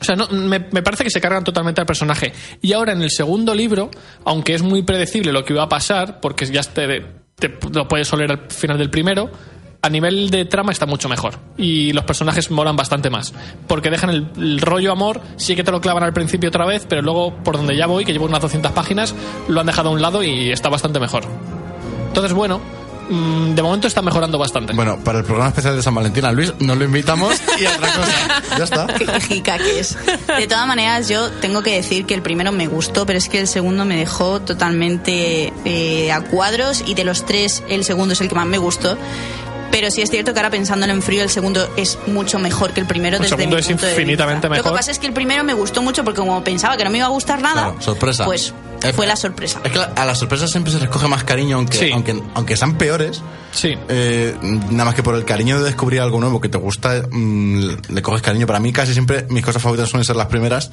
C: O sea, no, me, me parece que se cargan totalmente al personaje. Y ahora en el segundo libro, aunque es muy predecible lo que iba a pasar, porque ya te, te lo puedes oler al final del primero, a nivel de trama está mucho mejor. Y los personajes molan bastante más. Porque dejan el, el rollo amor, sí que te lo clavan al principio otra vez, pero luego por donde ya voy, que llevo unas 200 páginas, lo han dejado a un lado y está bastante mejor. Entonces, bueno, mm, de momento está mejorando bastante.
B: Bueno, para el programa especial de San Valentín a Luis no lo invitamos y a otra cosa. Ya está.
A: Qué lógica que es. De todas maneras, yo tengo que decir que el primero me gustó, pero es que el segundo me dejó totalmente eh, a cuadros y de los tres el segundo es el que más me gustó. Pero sí es cierto que ahora pensándolo en frío, el segundo es mucho mejor que el primero.
C: El
A: desde
C: segundo
A: mi
C: es
A: punto de vista.
C: infinitamente
A: Lo
C: mejor.
A: que pasa es que el primero me gustó mucho porque como pensaba que no me iba a gustar nada,
B: Claro, sorpresa.
A: pues
B: Eh,
A: fue la sorpresa.
B: Es que la- a las sorpresas siempre se les coge más cariño, aunque,
C: Sí.
B: aunque, aunque sean peores.
C: Sí.
B: eh, nada más que por el cariño de descubrir algo nuevo que te gusta, mm, le coges cariño. Para mí casi siempre mis cosas favoritas suelen ser las primeras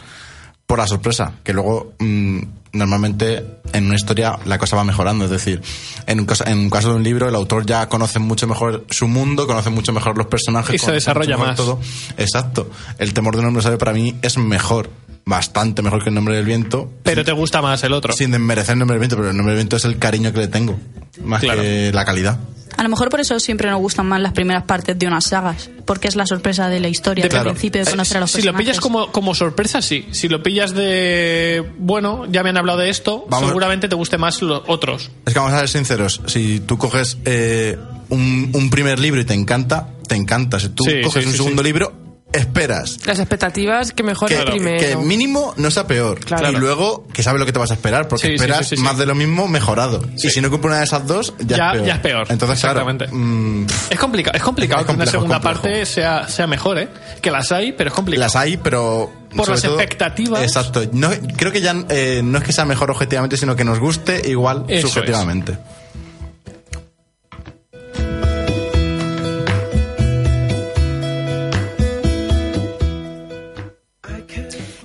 B: por la sorpresa, que luego mm, normalmente en una historia la cosa va mejorando. Es decir, en un, caso, en un caso de un libro el autor ya conoce mucho mejor su mundo, conoce mucho mejor los personajes.
C: Y se
B: conoce
C: desarrolla
B: mucho mejor
C: más.
B: Exacto. El temor de un hombre sabe para mí es mejor, bastante mejor que el nombre del viento.
C: Pero te gusta más el otro.
B: Sin desmerecer el nombre del viento, pero el nombre del viento es el cariño que le tengo, más
C: Claro.
B: que la calidad.
A: A lo mejor por eso siempre nos gustan más las primeras partes de unas sagas, porque es la sorpresa de la historia,
C: De-
A: del
C: claro. Eh,
A: principio de conocer a los
C: si lo pillas
A: personajes.
C: como, como sorpresa, sí. Si lo pillas de, bueno, ya me han hablado de esto,
B: Vamos.
C: seguramente te guste más los otros.
B: Es que vamos a ser sinceros, si tú coges eh, un, un primer libro y te encanta, te encanta. Si tú
C: Sí,
B: coges
C: sí,
B: un
C: sí,
B: segundo
C: sí.
B: libro, esperas.
D: Las expectativas que mejor
B: Que,
D: el primero.
B: que mínimo no sea peor.
D: Claro.
B: Y luego que sabes lo que te vas a esperar, porque
C: Sí, sí,
B: esperas
C: sí, sí, sí.
B: más de lo mismo mejorado.
C: Sí.
B: Y si no cumple una de esas dos, ya,
C: Ya-
B: es, peor.
C: ya es peor,
B: Entonces, claro.
C: exactamente.
B: mm,
C: Es complicado, es complicado
B: Es
C: que una
B: complejo,
C: segunda
B: complejo.
C: parte sea, sea mejor, ¿eh? Que las hay, pero es complicado.
B: las hay, pero.
C: Por
B: sobre
C: las expectativas.
B: Exacto. No, creo que ya eh, no es que sea mejor objetivamente, sino que nos guste igual
C: Eso es.
B: subjetivamente.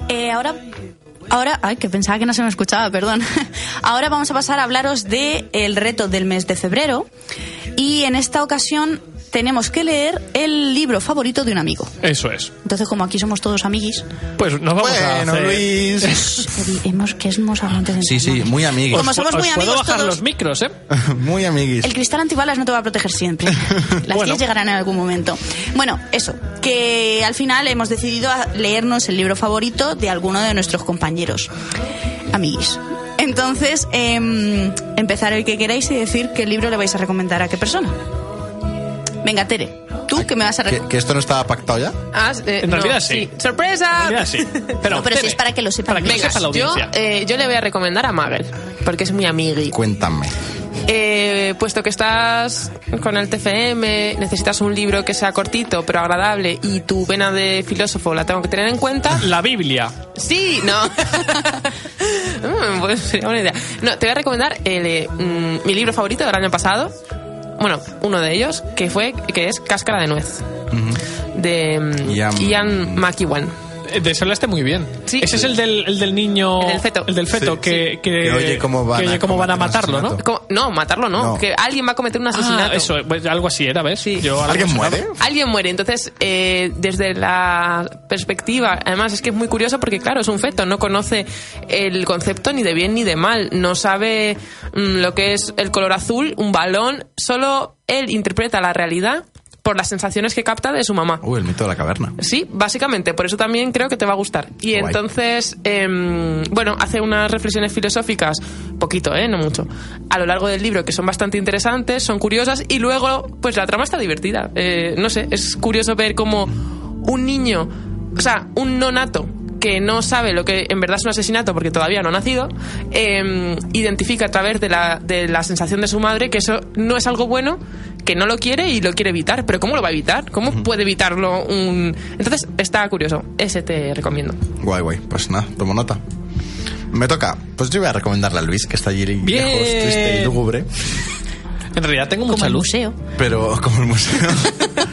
A: Eh, ahora, ahora, ay, que pensaba que no se me escuchaba, perdón. *laughs* Ahora vamos a pasar a hablaros de el reto del mes de febrero y en esta ocasión tenemos que leer el libro favorito de un amigo.
C: Eso es.
A: Entonces, como aquí somos todos amiguis,
C: Pues nos vamos
B: Bueno,
C: a hacer... *laughs*
B: Luis.
A: hemos que somos amantes de
B: Sí, sí, muy amigos.
A: Como somos
C: Os
A: muy
C: puedo
A: amigos
C: bajar
A: todos-
C: los micros, ¿eh?
B: *laughs* Muy amiguis.
A: El cristal antibalas no te va a proteger
B: *laughs*
A: siempre. Las
C: Bueno.
A: 10 llegarán en algún momento. Bueno, eso, que al final hemos decidido a- leernos el libro favorito de alguno de nuestros compañeros, amiguis. Entonces, em, empezar el que queráis y decir qué libro le vais a recomendar a qué persona. Venga, Tere, tú que me vas a
B: ¿Que,
A: recomendar.
B: que esto no estaba pactado ya?
D: Ah, eh,
C: En
D: no,
C: realidad sí.
B: Ah.
D: ¡Sorpresa!
C: Mira, sí. Pero,
A: No, pero si
C: Tere,
A: es para que lo sepan.
C: Para que
D: Venga,
C: lo sepa la
D: yo,
C: audiencia.
D: eh, yo le voy a recomendar a Magel, porque es muy amigui.
B: Cuéntame.
D: Eh, puesto que estás con el TFM, necesitas un libro que sea cortito pero agradable y tu vena de filósofo la tengo que tener en cuenta.
C: La Biblia.
D: Sí, no. *laughs* Mm, pues sería buena idea. No, te voy a recomendar el, eh, mm, mi libro favorito del año pasado. Bueno, uno de ellos, que fue que es Cáscara de Nuez, de mm,
B: Ian-
D: Ian McEwan.
C: eh, de ese hablaste muy bien.
D: Sí.
C: Ese es el del, el del niño.
D: El del feto.
C: El del feto,
B: Sí.
C: que,
B: Sí. Que oye cómo van
C: que oye
B: a
C: cómo van a
B: cometer un
C: matarlo, ¿no?
B: asesinato.
D: ¿Cómo? No, matarlo no,
B: No.
D: Que alguien va a cometer un
C: Ah,
D: asesinato.
C: eso, pues, algo así era, ¿ves?
D: Sí.
C: Yo algo
B: ¿Alguien
C: así-
B: muere?
D: Alguien muere, entonces eh, desde la perspectiva, además es que es muy curioso porque claro, es un feto, no conoce el concepto ni de bien ni de mal, no sabe mm, lo que es el color azul, un balón, solo él interpreta la realidad por las sensaciones que capta de su mamá.
B: Uy, el mito de la caverna.
D: Sí, básicamente, por eso también creo que te va a gustar. Y
B: Guay.
D: entonces, em, bueno, hace unas reflexiones filosóficas, poquito, ¿eh? No mucho, a lo largo del libro, que son bastante interesantes, son curiosas, y luego, pues la trama está divertida. Eh, no sé, es curioso ver cómo un niño, o sea, un nonato que no sabe lo que en verdad es un asesinato porque todavía no ha nacido, em, identifica a través de la, de la sensación de su madre que eso no es algo bueno, que no lo quiere y lo quiere evitar. Pero ¿cómo lo va a evitar? ¿Cómo puede evitarlo un...? Entonces, está curioso. Ese te recomiendo.
B: Guay, guay. Pues nada, tomo nota. Me toca. Pues yo voy a recomendarle a Luis, que está allí
C: Bien.
B: lejos, triste y lúgubre.
C: En realidad tengo mucha
A: el
C: luz.
A: museo.
B: Pero como el
D: *laughs*
B: museo. *laughs*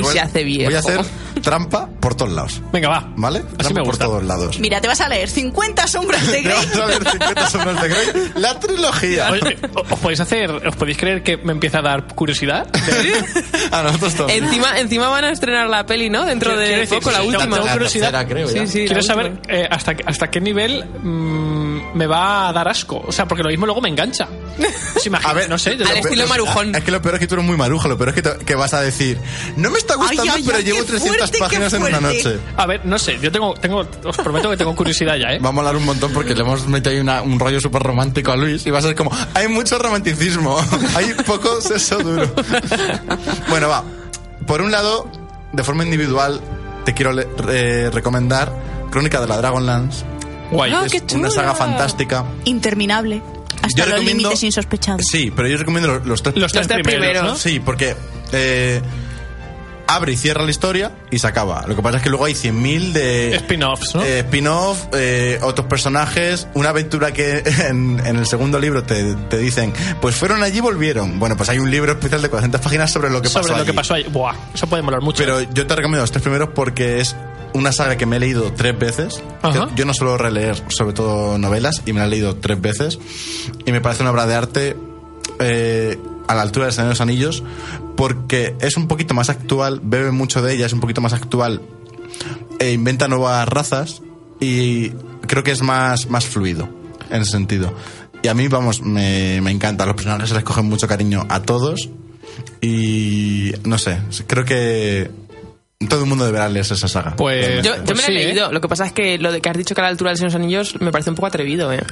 D: Y se hace
B: bien.
D: viejo.
B: Voy a hacer trampa por todos lados.
C: Venga, va.
B: ¿Vale?
C: Así
B: Trampa
C: me
B: por
C: gusta.
B: todos lados.
A: Mira, te vas a leer 50 sombras
B: *laughs*
A: de
B: Te
A: Grey.
B: vas a ver 50 sombras de Grey, la
D: *laughs*
B: trilogía.
C: Oye, eh, ¿Os podéis hacer, os podéis creer que me empieza a dar curiosidad?
B: a nosotros todos.
D: Encima, encima van a estrenar la peli, ¿no? Dentro
C: Quiero-
D: de
C: quiero decir,
D: poco, la
C: sí,
D: última.
C: tengo
B: La
C: curiosidad.
B: tercera, creo, ya.
D: *laughs* Sí, sí,
C: Quiero
D: la
C: saber
D: última.
C: eh, hasta, hasta qué nivel mm, me va a dar asco. O sea, porque lo mismo luego
D: *laughs*
C: me engancha. ¿Os imagináis? no sé. yo-
D: al
B: pero-
D: estilo Marujón.
B: Es que lo peor es que tú eres muy marujo, lo peor es que, te- que vas a decir, no me está gustando,
A: Ay, ay,
B: pero
A: ay,
B: llevo
A: qué
B: 300
A: fuerte, qué
B: páginas en una
A: fuerte.
B: noche.
C: A ver, no sé. Yo tengo, tengo, os prometo que tengo curiosidad ya, ¿eh?
B: Va a molar un montón porque le hemos metido ahí una- un rollo súper romántico a Luis y va a ser como, hay mucho romanticismo, *laughs* hay poco
A: *laughs*
B: sexo duro. bueno, va. Por un lado, de forma individual, te quiero le- eh, recomendar Crónica de la Dragonlance.
C: Guay.
D: Ah,
B: es
D: qué
B: una
D: chula.
B: saga fantástica.
A: Interminable. Hasta
B: Yo
A: los
B: recomiendo-
A: límites insospechados.
B: Sí, pero yo recomiendo los, los tres
C: Los tres
D: Los tres
C: primeros,
D: primeros.
C: ¿no?
B: Sí, porque eh, abre y cierra la historia y se acaba. Lo que pasa es que luego hay 100.000 de
C: Spin-offs, ¿no?
B: eh, spin-off, eh, otros personajes, una aventura que *laughs* en, en el segundo libro te, te dicen, pues fueron allí y volvieron. Bueno, pues hay un libro especial de 400 páginas sobre lo que
C: sobre
B: pasó
C: lo que
B: allí.
C: pasó ahí. Buah, eso puede molar mucho.
B: Pero yo te recomiendo los tres primeros porque es una saga que me he leído tres veces.
C: Ajá.
B: Yo no suelo releer, sobre todo novelas, y me la he leído tres veces. Y me parece una obra de arte eh, a la altura del Señor de los Anillos porque es un poquito más actual, bebe mucho de ella, es un poquito más actual e inventa nuevas razas y creo que es más, más fluido en ese sentido. Y a mí, vamos, me, me encanta. Los personajes se les cogen mucho cariño a todos y no sé, creo que todo el mundo deberá leerse esa saga.
C: Pues-
D: Yo,
B: Realmente.
D: yo
C: Pues
D: me la
C: sí,
D: he
C: ¿eh?
D: leído. Lo que pasa es que lo de que has dicho que a la altura del Señor de los Anillos me parece un poco atrevido, ¿eh?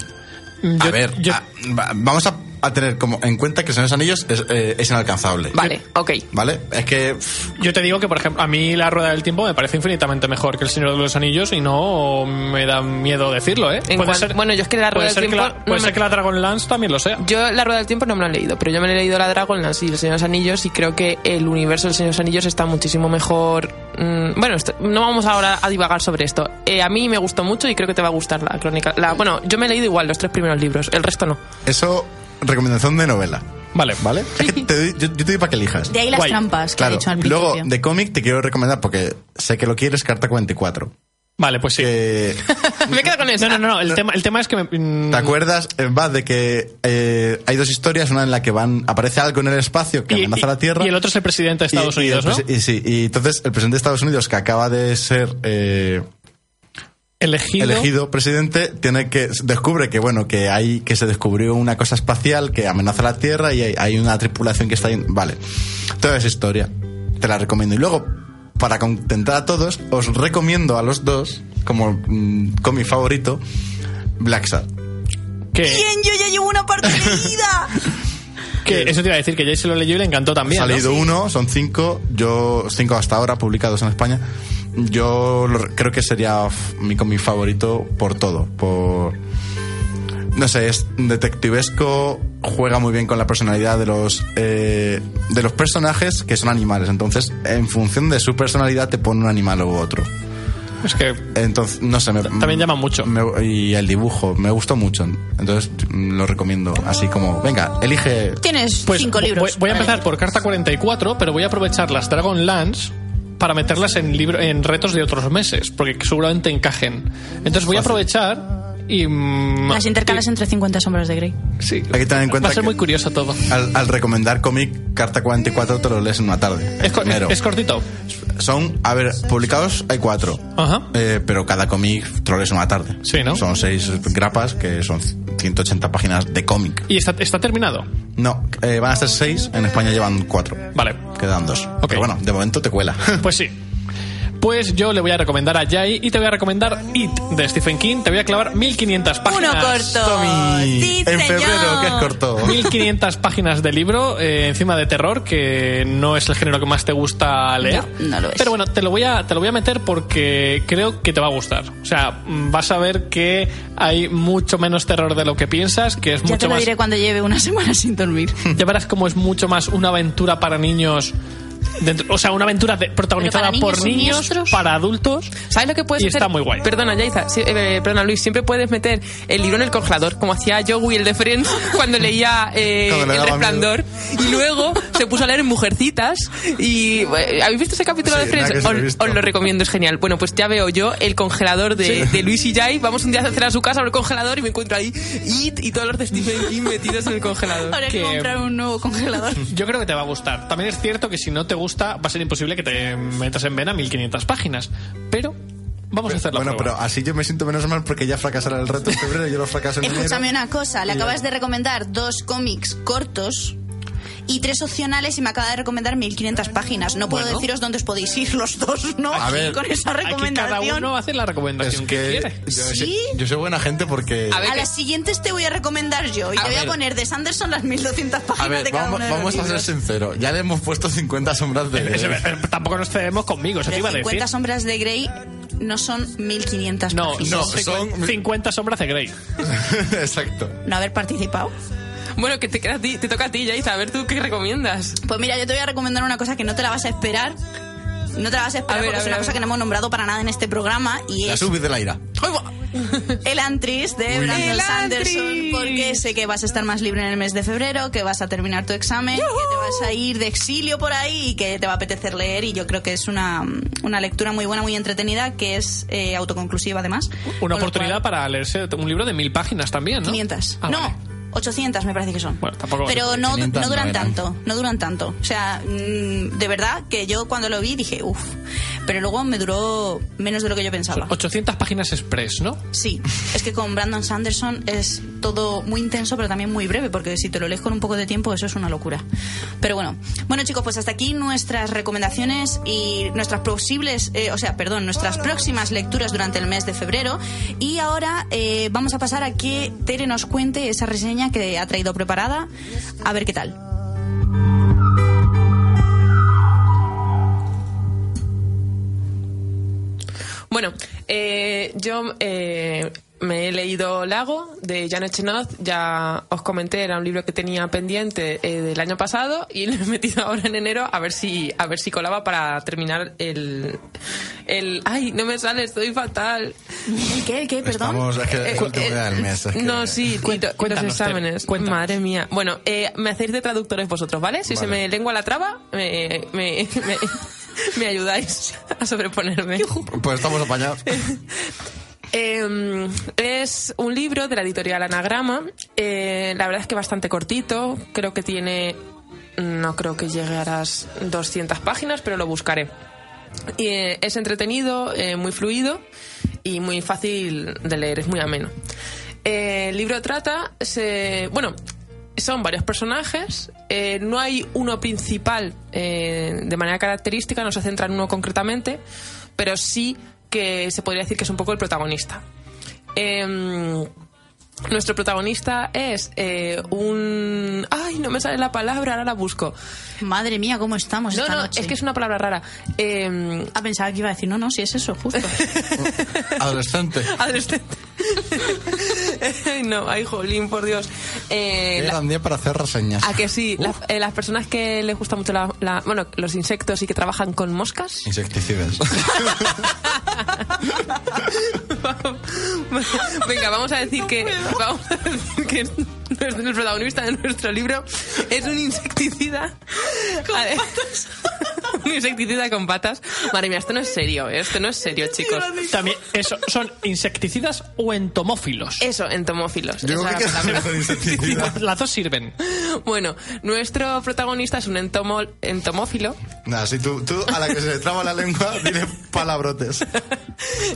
C: Mm, Yo-
B: a ver,
C: yo-
B: a- va- vamos a, a tener como en cuenta que el Señor de los Anillos es, eh, es inalcanzable.
D: Vale, ok.
B: ¿Vale? Es que pff,
C: Yo te digo que, por ejemplo, a mí la rueda del tiempo me parece infinitamente mejor que el Señor de los Anillos y no me da miedo decirlo, ¿eh?
D: En cuan- bueno, yo es que la Rueda
C: puede
D: del
C: ser que
D: Tiempo
C: la-
D: no
C: puede
D: me-
C: ser que la Dragonlance también lo sea.
D: Yo La Rueda del Tiempo no me lo he leído, pero yo me he leído La Dragonlance y El Señor de los Anillos y creo que el universo del Señor de los Anillos está muchísimo mejor... mm, bueno, esto- no vamos ahora a divagar sobre esto. Eh, a mí me gustó mucho y creo que te va a gustar la crónica. la- bueno, yo me he leído igual los tres primeros libros, el resto no. *laughs*
B: eso, recomendación de novela. *laughs*
C: Vale.
B: ¿Vale? Es que te doy- yo, yo te doy para que elijas.
A: De ahí las
C: Guay.
A: trampas que
B: Claro.
A: he dicho al principio.
B: Luego, de cómic te quiero recomendar porque sé que lo quieres, Carta 44.
C: Vale, pues sí. *laughs*
B: Que,
D: me quedo con eso.
C: No, no, no, no, El, tema, el tema es que me, mm,
B: ¿Te acuerdas, eh, va de que eh, hay dos historias, una en la que van aparece algo en el espacio que
C: y-
B: amenaza
C: y-
B: la Tierra.
C: Y el otro es el presidente de Estados
B: Y- y el
C: Unidos, ¿no?
B: presi- y sí, y entonces el presidente de Estados Unidos que acaba de ser eh,
C: Elegido.
B: elegido presidente tiene que descubre que bueno que hay que se descubrió una cosa espacial que amenaza la Tierra y hay, hay una tripulación que está ahí. Vale, toda esa historia te la recomiendo. Y luego para contentar a todos os recomiendo a los dos como mm, con mi favorito Black Shark.
C: Que,
A: Bien, yo ya llevo una parte
B: *laughs*
A: leída.
C: que eso te iba a decir, que Jay se lo leyó y le encantó
B: Ha
C: también. ¿no?
B: salido uno, son cinco, yo cinco hasta ahora publicados en España. Yo lo re- creo que sería f- mi cómic favorito por todo, por no sé, es detectivesco, juega muy bien con la personalidad de los eh, de los personajes que son animales. Entonces, en función de su personalidad te pone un animal u otro.
C: Es que
B: Entonces, no sé, me-
C: también llama mucho.
B: me- y el dibujo me gustó mucho. Entonces, mm, lo recomiendo. Así como, venga, elige
A: Tienes
C: Pues
A: cinco
C: vo-
A: libros.
C: Voy, voy a empezar por carta 44, pero voy a aprovechar las Dragonlance para meterlas en, libro, en retos de otros meses, porque seguramente encajen. Entonces voy a aprovechar y... mm,
A: Las
B: Eh,
A: intercalas entre 50 sombras de Grey.
C: Sí.
B: Hay que tener en cuenta
C: Va a ser
B: que-
C: muy curioso todo.
B: Al, al recomendar cómic, Carta 44 te lo lees en una tarde.
C: Es, cor-
B: Primero.
C: es cortito.
B: Son, a ver, publicados hay cuatro.
C: Ajá.
B: Eh, pero cada cómic troles una tarde.
C: Sí, ¿no?
B: Son seis grapas que son 180 páginas de cómic.
C: Y está, está terminado.
B: No, eh, van a ser seis. En España llevan cuatro.
C: Vale.
B: Quedan dos.
C: Ok.
B: Pero bueno, de momento te
C: *laughs*
B: cuela.
C: Pues sí. Pues yo le voy a recomendar a Jai y te voy a recomendar It de Stephen King. Te voy a clavar 1500
A: Uno
C: páginas.
A: corto.
B: Tommy,
A: Sí,
B: en
A: señor.
B: febrero, que es
C: *laughs*
B: corto.
C: 1500 páginas de libro eh, encima de terror, que no es el género que más te gusta leer.
A: No, no lo es.
C: Pero bueno, te lo, voy a, te lo voy a meter porque creo que te va a gustar. O sea, mm, vas a ver que hay mucho menos terror de lo que piensas, que es
A: Ya te
C: mucho
A: lo
C: más.
A: diré cuando lleve una *laughs* semana sin
B: *laughs*
A: dormir.
C: Ya verás cómo es mucho más una aventura para niños. dentro- o sea, una aventura de- protagonizada
A: Pero para
C: por
A: niños
C: niños,
A: siniestros.
C: para adultos.
D: ¿Sabes lo que puedes
C: Y
D: hacer?
C: está muy guay.
D: Perdona, Yaiza, sí, eh, perdona, Luis, siempre puedes meter el libro en el congelador, como hacía Joey el de Friends *laughs* cuando leía eh,
B: Cuando le
D: El
B: daba
D: Resplandor. Y luego se puso a leer en Mujercitas. Y, eh, ¿Habéis visto ese capítulo
B: Sí,
D: de
B: nada que
D: Friends?
B: se lo he
D: Os,
B: visto.
D: os lo recomiendo, es genial. Bueno, pues ya veo yo el congelador de, de Luis y Jai. Vamos un día a hacer a su casa, abro el congelador y me encuentro ahí It y todos los de Stephen King metidos en el congelador.
A: Habrá que
C: Que-
A: comprar un nuevo
B: *laughs*
A: congelador.
C: Yo creo que te va a gustar. También es cierto que si no te gusta, va a ser imposible que te metas en vena 1500 páginas. Pero vamos a hacer la
B: bueno, pero
C: prueba.
B: así yo me siento menos mal porque ya fracasará el reto en febrero y yo lo fracaso en enero.
A: Escúchame una cosa, le acabas de recomendar dos cómics cortos y tres opcionales y me acaba de recomendar 1500 páginas. No puedo
C: Bueno.
A: deciros dónde os podéis ir los dos, ¿no?
B: A
A: Aquí *laughs*
B: ver,
A: con esa
C: Aquí cada
A: recomendación.
C: uno hace la
B: Es
C: recomendación que,
B: que
C: quiere.
B: yo,
A: ¿Sí?
B: soy- yo soy buena gente porque...
D: A ver,
A: A las siguientes te voy a recomendar yo y te voy a
B: ver.
A: poner de Sanderson las 1200 páginas
B: A ver,
A: de cada
B: vamos,
A: uno de los
B: vamos a ser
A: libros.
B: sinceros. Ya le hemos puesto 50 sombras de... *laughs*
C: *laughs* Ese- eh, Tampoco nos cedemos conmigo, eso te iba
A: Pero
C: a decir.
A: 50 sombras de Grey no son 1500
C: No,
A: páginas.
B: No,
C: son
B: son-
C: 50 sombras de Grey.
B: Exacto.
A: No haber participado.
D: Bueno, que te, queda a ti- te toca a ti, Yaiza, a ver tú qué recomiendas.
A: Pues mira, yo te voy a recomendar una cosa que no te la vas a esperar. No te la vas a esperar
D: A ver,
A: porque
D: a
A: es
D: ver,
A: una
D: a
A: cosa
D: ver.
A: que no hemos nombrado para nada en este programa y
B: La
A: es
B: subid de la ira.
A: El Antris de Brandon
D: El
A: Sanderson,
D: Antris.
A: porque sé que vas a estar más libre en el mes de febrero, que vas a terminar tu examen, que te vas a ir de exilio por ahí y que te va a apetecer leer. Y yo creo que es una, una lectura muy buena, muy entretenida, que es eh, autoconclusiva además. Con lo
C: Una oportunidad
A: cual,
C: para leerse un libro de mil páginas también, ¿no?
A: 500.
C: Ah,
A: no.
C: vale.
A: 800 me parece que son.
C: Bueno, tampoco-
A: Pero no,
B: 500
A: no duran
B: no eran.
A: tanto, no duran tanto. O sea, mm, de verdad que yo cuando lo vi dije, uff, pero luego me duró menos de lo que yo pensaba.
C: 800 páginas express, ¿no?
A: Sí, es que con Brandon Sanderson es todo muy intenso, pero también muy breve, porque si te lo lees con un poco de tiempo, eso es una locura. Pero bueno, bueno chicos, pues hasta aquí nuestras recomendaciones y nuestras posibles, eh, o sea, perdón, nuestras próximas lecturas durante el mes de febrero. Y ahora eh, vamos a pasar a que Tere nos cuente esa reseña que ha traído preparada, a ver qué tal.
D: Bueno, eh, yo eh, me he leído Lago de Janet Chenoz. Ya os comenté, era un libro que tenía pendiente eh, del año pasado y lo he metido ahora en enero a ver si a ver si colaba para terminar el el. Ay, no me sale, estoy fatal.
A: ¿El qué? ¿El qué? Perdón.
B: Vamos, es que
D: Eh,
B: es el último
D: eh,
B: día del mes. es que-
D: no, sí, y
C: Cuenta-
D: lo- los
C: cuéntanos, Tere,
D: exámenes.
C: cuéntanos.
D: Madre mía. Bueno, eh, me hacéis de traductores vosotros, ¿vale? Si se
B: Vale.
D: me lengua la traba, me, me, me, *laughs* me ayudáis a sobreponerme.
B: Pues estamos
D: *laughs*
B: apañados. *laughs*
D: Eh, es un libro de la editorial Anagrama. Eh, la verdad es que bastante cortito. Creo que tiene. No creo que llegue a las 200 páginas, pero lo buscaré. Y, eh, es entretenido, eh, muy fluido y muy fácil de leer, es muy ameno. Eh, el libro trata, se, bueno, son varios personajes, eh, no hay uno principal eh, de manera característica, no se centra en uno concretamente, pero sí que se podría decir que es un poco el protagonista. Em, nuestro protagonista es eh, un... ¡Ay, no me sale la palabra! Ahora la busco.
A: Madre mía, ¿cómo estamos
D: No,
A: Pues esta
D: no,
A: noche?
D: es que es una palabra rara. Em,
A: Ah, pensaba que iba a decir, no, no, si es eso, justo.
B: Adolescente.
D: adolescente. *laughs* no, ay, jolín, por Dios. Eh,
B: Qué
D: la-
B: gran día para hacer reseñas.
D: a que sí, las, eh, las personas que les gusta mucho la- la- bueno, los insectos y que trabajan con moscas,
B: Insecticidas.
D: *laughs* Venga, vamos a decir que, vamos a decir que nuestro- el protagonista de nuestro libro es un insecticida. Vale. *laughs* un insecticida con patas. Madre mía, esto no es serio, ¿eh? esto no es serio, chicos.
C: También, eso, ¿son insecticidas
D: *laughs*
C: o entomófilos?
D: Eso, entomófilos.
B: Yo
D: esa
B: creo
D: era
B: que
D: la palabra.
B: es
D: *laughs*
B: insecticida.
C: Las dos sirven.
D: Bueno, nuestro protagonista es un entomo- entomófilo.
B: Nada, si tú, tú a la que se le traba la lengua, *laughs* dile palabrotes.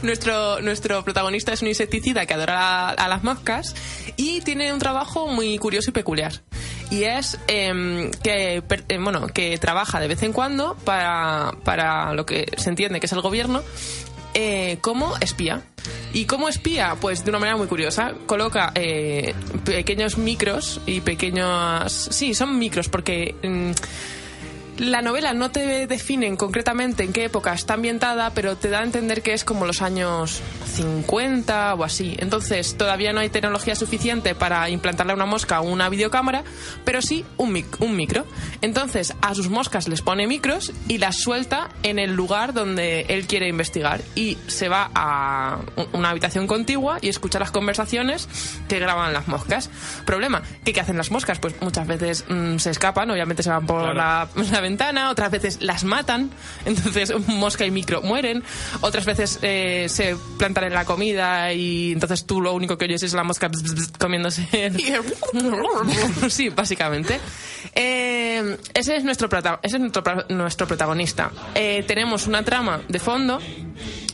D: Nuestro, nuestro protagonista es un insecticida que adora a, a las moscas y tiene un trabajo muy curioso y peculiar. Y es em, que, per- em, bueno, que trabaja de vez en cuando para, para lo que se entiende que es el gobierno eh, como espía. ¿Y cómo espía? Pues de una manera muy curiosa. Coloca eh, pequeños micros y pequeños... Sí, son micros porque... mm, la novela no te definen concretamente en qué época está ambientada, pero te da a entender que es como los años 50 o así. Entonces, todavía no hay tecnología suficiente para implantarle a una mosca una videocámara, pero sí un, mic- un micro. Entonces, a sus moscas les pone micros y las suelta en el lugar donde él quiere investigar. Y se va a u- una habitación contigua y escucha las conversaciones que graban las moscas. Problema, ¿qué, qué hacen las moscas? Pues muchas veces mm, se escapan, obviamente se van por
C: Claro.
D: la la, la ventana, otras veces las matan, entonces *laughs* mosca y micro mueren, otras veces eh, se plantan en la comida y entonces tú lo único que oyes es la mosca bzz, bzz, comiéndose. el- *laughs* sí, básicamente. Eh, ese es nuestro, prota- ese es nuestro, pra- nuestro protagonista. Eh, tenemos una trama de fondo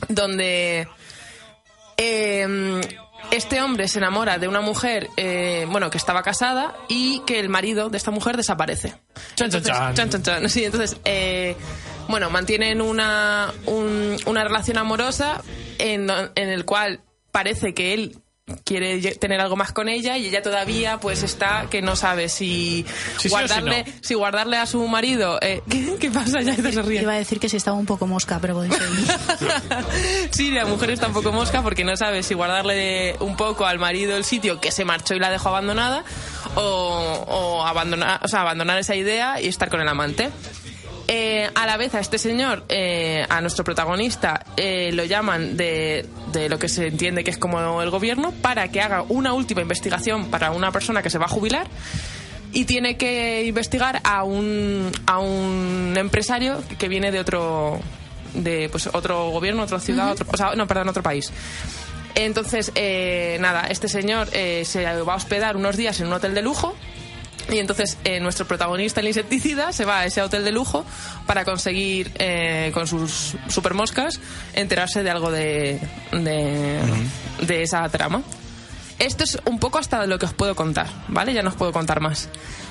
D: donde eh, este hombre se enamora de una mujer, eh, bueno, que estaba casada y que el marido de esta mujer desaparece.
C: Chan, chan,
D: Entonces-
C: chan.
D: chan, chan, chan. Sí, entonces, eh, bueno, mantienen una, un- una relación amorosa en, do- en el cual parece que él quiere lle- tener algo más con ella y ella todavía pues está que no sabe si
C: Sí, sí o
D: guardarle
C: sí
D: si guardarle a su marido eh, *laughs* ¿qué, qué pasa ya te se ríe
A: Iba a decir que si estaba un poco mosca, pero podéis seguir.
D: *laughs* Sí, la mujer está un poco mosca porque no sabe si guardarle un poco al marido el sitio que se marchó y la dejó abandonada o, o abandonar, o sea, abandonar esa idea y estar con el amante. Eh, a la vez a este señor, eh, a nuestro protagonista, eh, lo llaman de, de lo que se entiende que es como el gobierno para que haga una última investigación para una persona que se va a jubilar y tiene que investigar a un, a un empresario que viene de otro de pues otro gobierno, otra ciudad, otro, o sea, no, perdón, otro país. Entonces, eh, nada, este señor eh, se va a hospedar unos días en un hotel de lujo y entonces eh, nuestro protagonista, el insecticida, se va a ese hotel de lujo para conseguir, eh, con sus supermoscas, enterarse de algo de, de, de esa trama. Esto es un poco hasta lo que os puedo contar, ¿vale? Ya no os puedo contar más.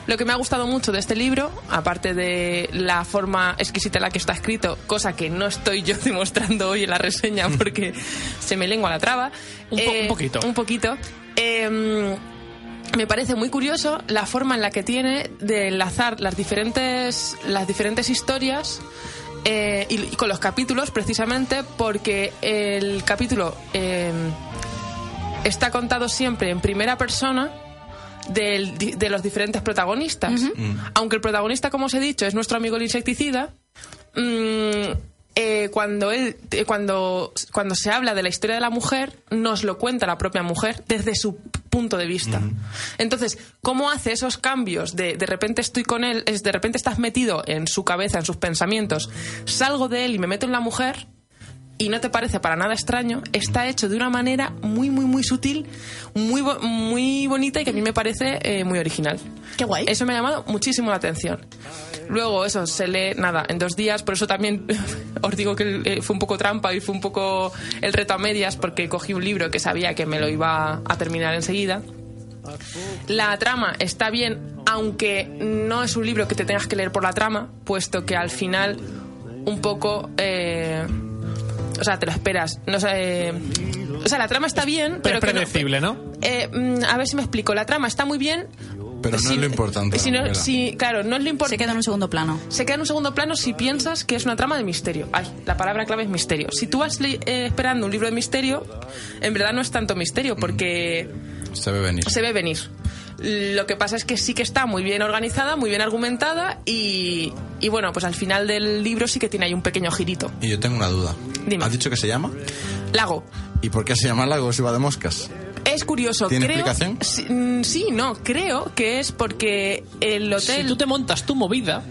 D: Lo que me ha gustado mucho de este libro, aparte de la forma exquisita en la que está escrito, cosa que no estoy yo *laughs* demostrando hoy en la reseña porque se me lengua la traba. eh,
C: Un po- un poquito.
D: Un poquito. em, me parece muy curioso la forma en la que tiene de enlazar las diferentes, las diferentes historias eh, y, y con los capítulos precisamente porque el capítulo eh, está contado siempre en primera persona del- di- de los diferentes protagonistas. Aunque el protagonista, como os he dicho, es nuestro amigo el insecticida, mm, eh, cuando él eh, cuando cuando se habla de la historia de la mujer nos lo cuenta la propia mujer desde su punto de vista entonces cómo hace esos cambios de de repente estoy con él es de repente estás metido en su cabeza en sus pensamientos salgo de él y me meto en la mujer y no te parece para nada extraño, está hecho de una manera muy, muy, muy sutil, muy, bo- muy bonita y que a mí me parece eh, muy original.
A: Qué guay.
D: Eso me ha llamado muchísimo la atención. Luego, eso, se lee nada, en dos días, por eso también *laughs* os digo que eh, fue un poco trampa y fue un poco el reto a medias, porque cogí un libro que sabía que me lo iba a terminar enseguida. La trama está bien, aunque no es un libro que te tengas que leer por la trama, puesto que al final un poco... eh, o sea, te lo esperas. No sé, eh, o sea, la trama está bien,
C: Pero
D: pero...
C: es
D: que no-
C: predecible, ¿no?
D: eh, mm, a ver si me explico. La trama está muy bien.
B: Pero no es lo importante, la
D: si no-
B: novela.
D: si- claro, no es lo
A: Se
D: importante.
A: queda en un segundo plano.
D: Se queda en un segundo plano si piensas que es una trama de misterio. Ay, la palabra clave es misterio. Si tú vas le- eh, esperando un libro de misterio, en verdad no es tanto misterio porque
B: Se ve venir.
D: se ve venir. Lo que pasa es que sí que está muy bien organizada, muy bien argumentada y, y bueno, pues al final del libro sí que tiene ahí un pequeño girito.
B: Y yo tengo una duda.
D: Dime.
B: ¿Has dicho que se llama?
D: Lago.
B: ¿Y por qué se llama lago si va de moscas?
D: Es curioso.
B: ¿Tiene
D: creo,
B: explicación?
D: Sí, mm, sí, no, creo que es porque el hotel...
C: Si tú te montas tu movida,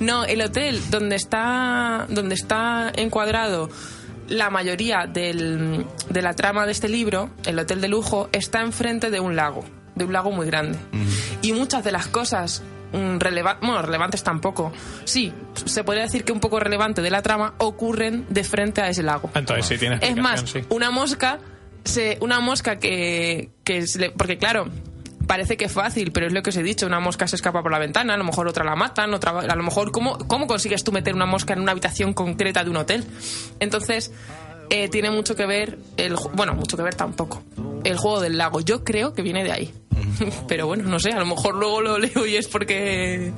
D: No, el hotel donde está, donde está encuadrado la mayoría del- de la trama de este libro, el hotel de lujo, está enfrente de un lago, de un lago muy grande. Y muchas de las cosas mm, releva- bueno, relevantes tampoco, sí, se podría decir que un poco relevante de la trama ocurren de frente a ese lago.
C: entonces sí tienes
D: Es más,
C: sí.
D: una mosca, se, una mosca que, que se le- porque claro, parece que es fácil, pero es lo que os he dicho, una mosca se escapa por la ventana, a lo mejor otra la matan, otra, va- a lo mejor cómo cómo consigues tú meter una mosca en una habitación concreta de un hotel. Entonces eh, tiene mucho que ver el, ju- bueno, mucho que ver tampoco. El juego del lago, yo creo que viene de ahí. *laughs* Pero bueno, no sé, a lo mejor luego lo leo y es porque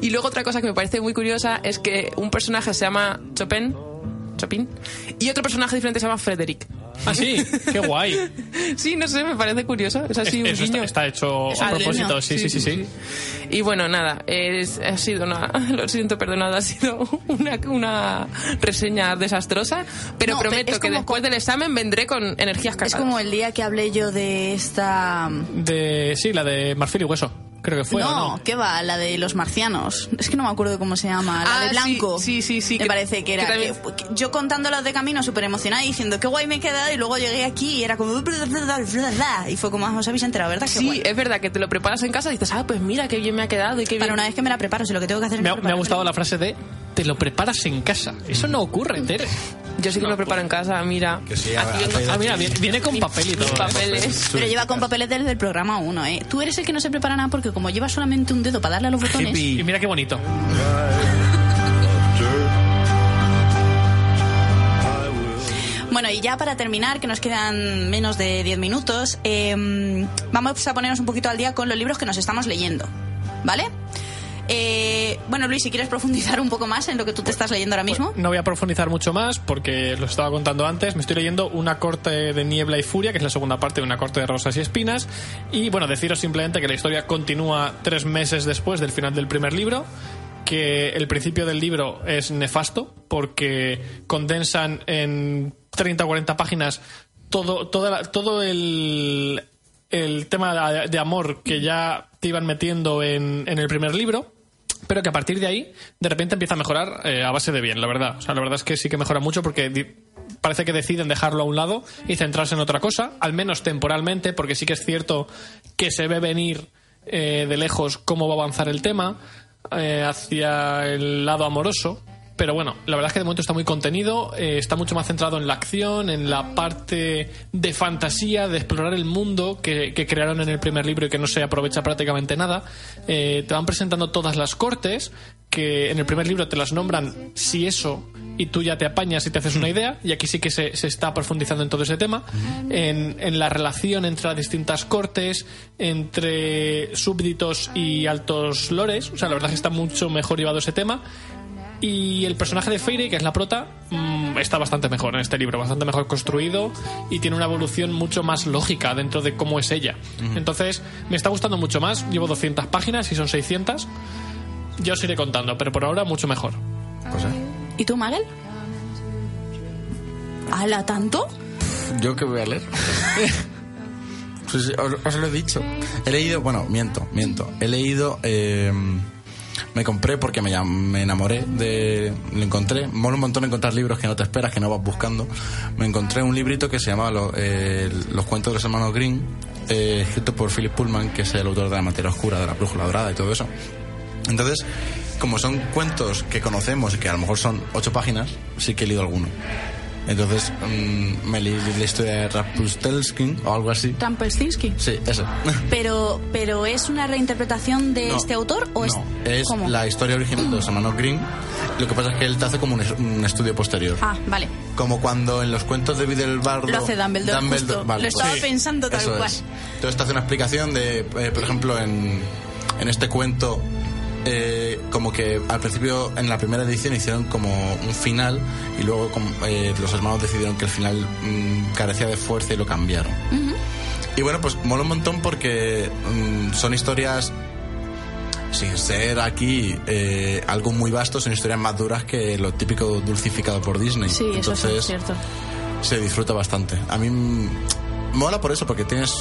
D: y luego otra cosa que me parece muy curiosa es que un personaje se llama Chopin, Chopin y otro personaje diferente se llama Frederick.
C: Ah, sí, qué guay.
D: Sí, no sé, me parece curioso. Es así
C: Es-
D: un
C: eso está,
D: guiño.
C: está hecho
D: Es
C: a
D: un guiño.
C: propósito, sí, sí, sí, sí.
D: Y bueno, nada, es- ha sido una, lo siento, perdonado, ha sido una, una reseña desastrosa, pero
A: No, pero
D: prometo
A: es
D: que
A: como-
D: después del examen vendré con energías cargadas.
A: Es como el día que hablé yo de esta...
C: De, sí, la de Marfil y Hueso. Creo que fue. ¿o
A: no, ¿qué va? La de los marcianos. Es que no me acuerdo cómo se llama. La
D: Ah,
A: de blanco.
D: sí, sí, sí, sí,
A: Me
D: que-
A: parece que era.
D: que también-
A: que- que yo contándolas de camino súper emocionada y diciendo qué guay me he quedado y luego llegué aquí y era como... Y fue como, ah, os habéis enterado, ¿verdad? Qué
D: Sí, eh,
A: guay.
D: es verdad que te lo preparas en casa y dices, ah, pues mira, qué bien me ha quedado y qué bien.
A: Para una vez que me la preparo, si lo que tengo que hacer es
C: Me ha, me ha
A: preparármela.
C: gustado la frase de te lo preparas en casa. Eso no ocurre, Tere.
D: Yo sí que me lo preparo en casa, mira.
B: Que sí,
D: Aquí
B: ha- ha
D: vengo-
B: traído-
C: Ah, mira, viene, viene con papel y todo.
D: mis
C: ¿eh?
D: papeles.
A: Pero lleva con papeles desde el programa 1, ¿eh? Tú eres el que no se prepara nada porque como lleva solamente un dedo para darle a los botones...
C: Y mira qué bonito.
A: Bueno, y ya para terminar, que nos quedan menos de 10 minutos, eh, vamos a ponernos un poquito al día con los libros que nos estamos leyendo, ¿vale? Eh, bueno, Luis, si quieres profundizar un poco más en lo que tú te estás leyendo ahora mismo.
C: No voy a profundizar mucho más porque lo estaba contando antes. Me estoy leyendo una corte de niebla y furia, que es la segunda parte de una corte de rosas y espinas. Y bueno, deciros simplemente que la historia continúa tres meses después del final del primer libro. Que el principio del libro es nefasto porque condensan en 30 o 40 páginas todo, toda la- todo el, el tema de, de amor que ya te iban metiendo en, en el primer libro pero que a partir de ahí de repente empieza a mejorar eh, a base de bien, la verdad. O sea, la verdad es que sí que mejora mucho porque di- parece que deciden dejarlo a un lado y centrarse en otra cosa, al menos temporalmente, porque sí que es cierto que se ve venir eh, de lejos cómo va a avanzar el tema eh, hacia el lado amoroso. Pero bueno, la verdad es que de momento está muy contenido, eh, está mucho más centrado en la acción, en la parte de fantasía, de explorar el mundo que, que crearon en el primer libro y que no se aprovecha prácticamente nada. Eh, te van presentando todas las cortes, que en el primer libro te las nombran si eso y tú ya te apañas y te haces una idea, y aquí sí que se, se está profundizando en todo ese tema, en, en la relación entre las distintas cortes, entre súbditos y altos lores, o sea, la verdad es que está mucho mejor llevado ese tema, y el personaje de Feire, que es la prota, mm, está bastante mejor en este libro, bastante mejor construido y tiene una evolución mucho más lógica dentro de cómo es ella. Entonces, me está gustando mucho más. Llevo 200 páginas y son 600. Ya os iré contando, pero por ahora mucho mejor.
B: Pues, eh.
A: ¿Y tú, Magel? ¿Hala tanto?
B: ¿Yo qué voy a leer? Pues, os, os lo he dicho. He leído, bueno, miento, miento. He leído, eh, me compré porque me, llam- me enamoré de. Lo encontré. Mola un montón encontrar libros que no te esperas, que no vas buscando. Me encontré un librito que se llamaba Lo- eh, Los cuentos de los hermanos Green, escrito por Philip Pullman, que es el autor de La materia oscura, de La brújula dorada y todo eso. Entonces, como son cuentos que conocemos y que a lo mejor son ocho páginas, sí que he leído alguno. Entonces, mm, me leí la historia de Rapustelskin o algo así.
A: Trampelstinsky.
B: Sí, eso.
A: Pero, pero ¿es una reinterpretación de
B: No,
A: este autor o es,
B: no, es
A: ¿cómo?
B: la historia original de los hermanos Green. Lo que pasa es que él te hace como un, es- un estudio posterior.
A: Ah, vale.
B: Como cuando en los cuentos de Bardo pues
A: Lo hace Dumbledore, justo. Lo estaba pensando tal
B: eso
A: cual.
B: es. Entonces te hace una explicación de, eh, por ejemplo, en, en este cuento, eh, como que al principio, en la primera edición, hicieron como un final y luego como, eh, los hermanos decidieron que el final mm, carecía de fuerza y lo cambiaron. Y bueno, pues mola un montón porque mm, son historias sin ser aquí eh, algo muy vasto, son historias más duras que lo típico dulcificado por Disney.
A: Sí, eso sí,
B: Entonces,
A: es cierto.
B: se disfruta bastante. A mí mm, mola por eso, porque tienes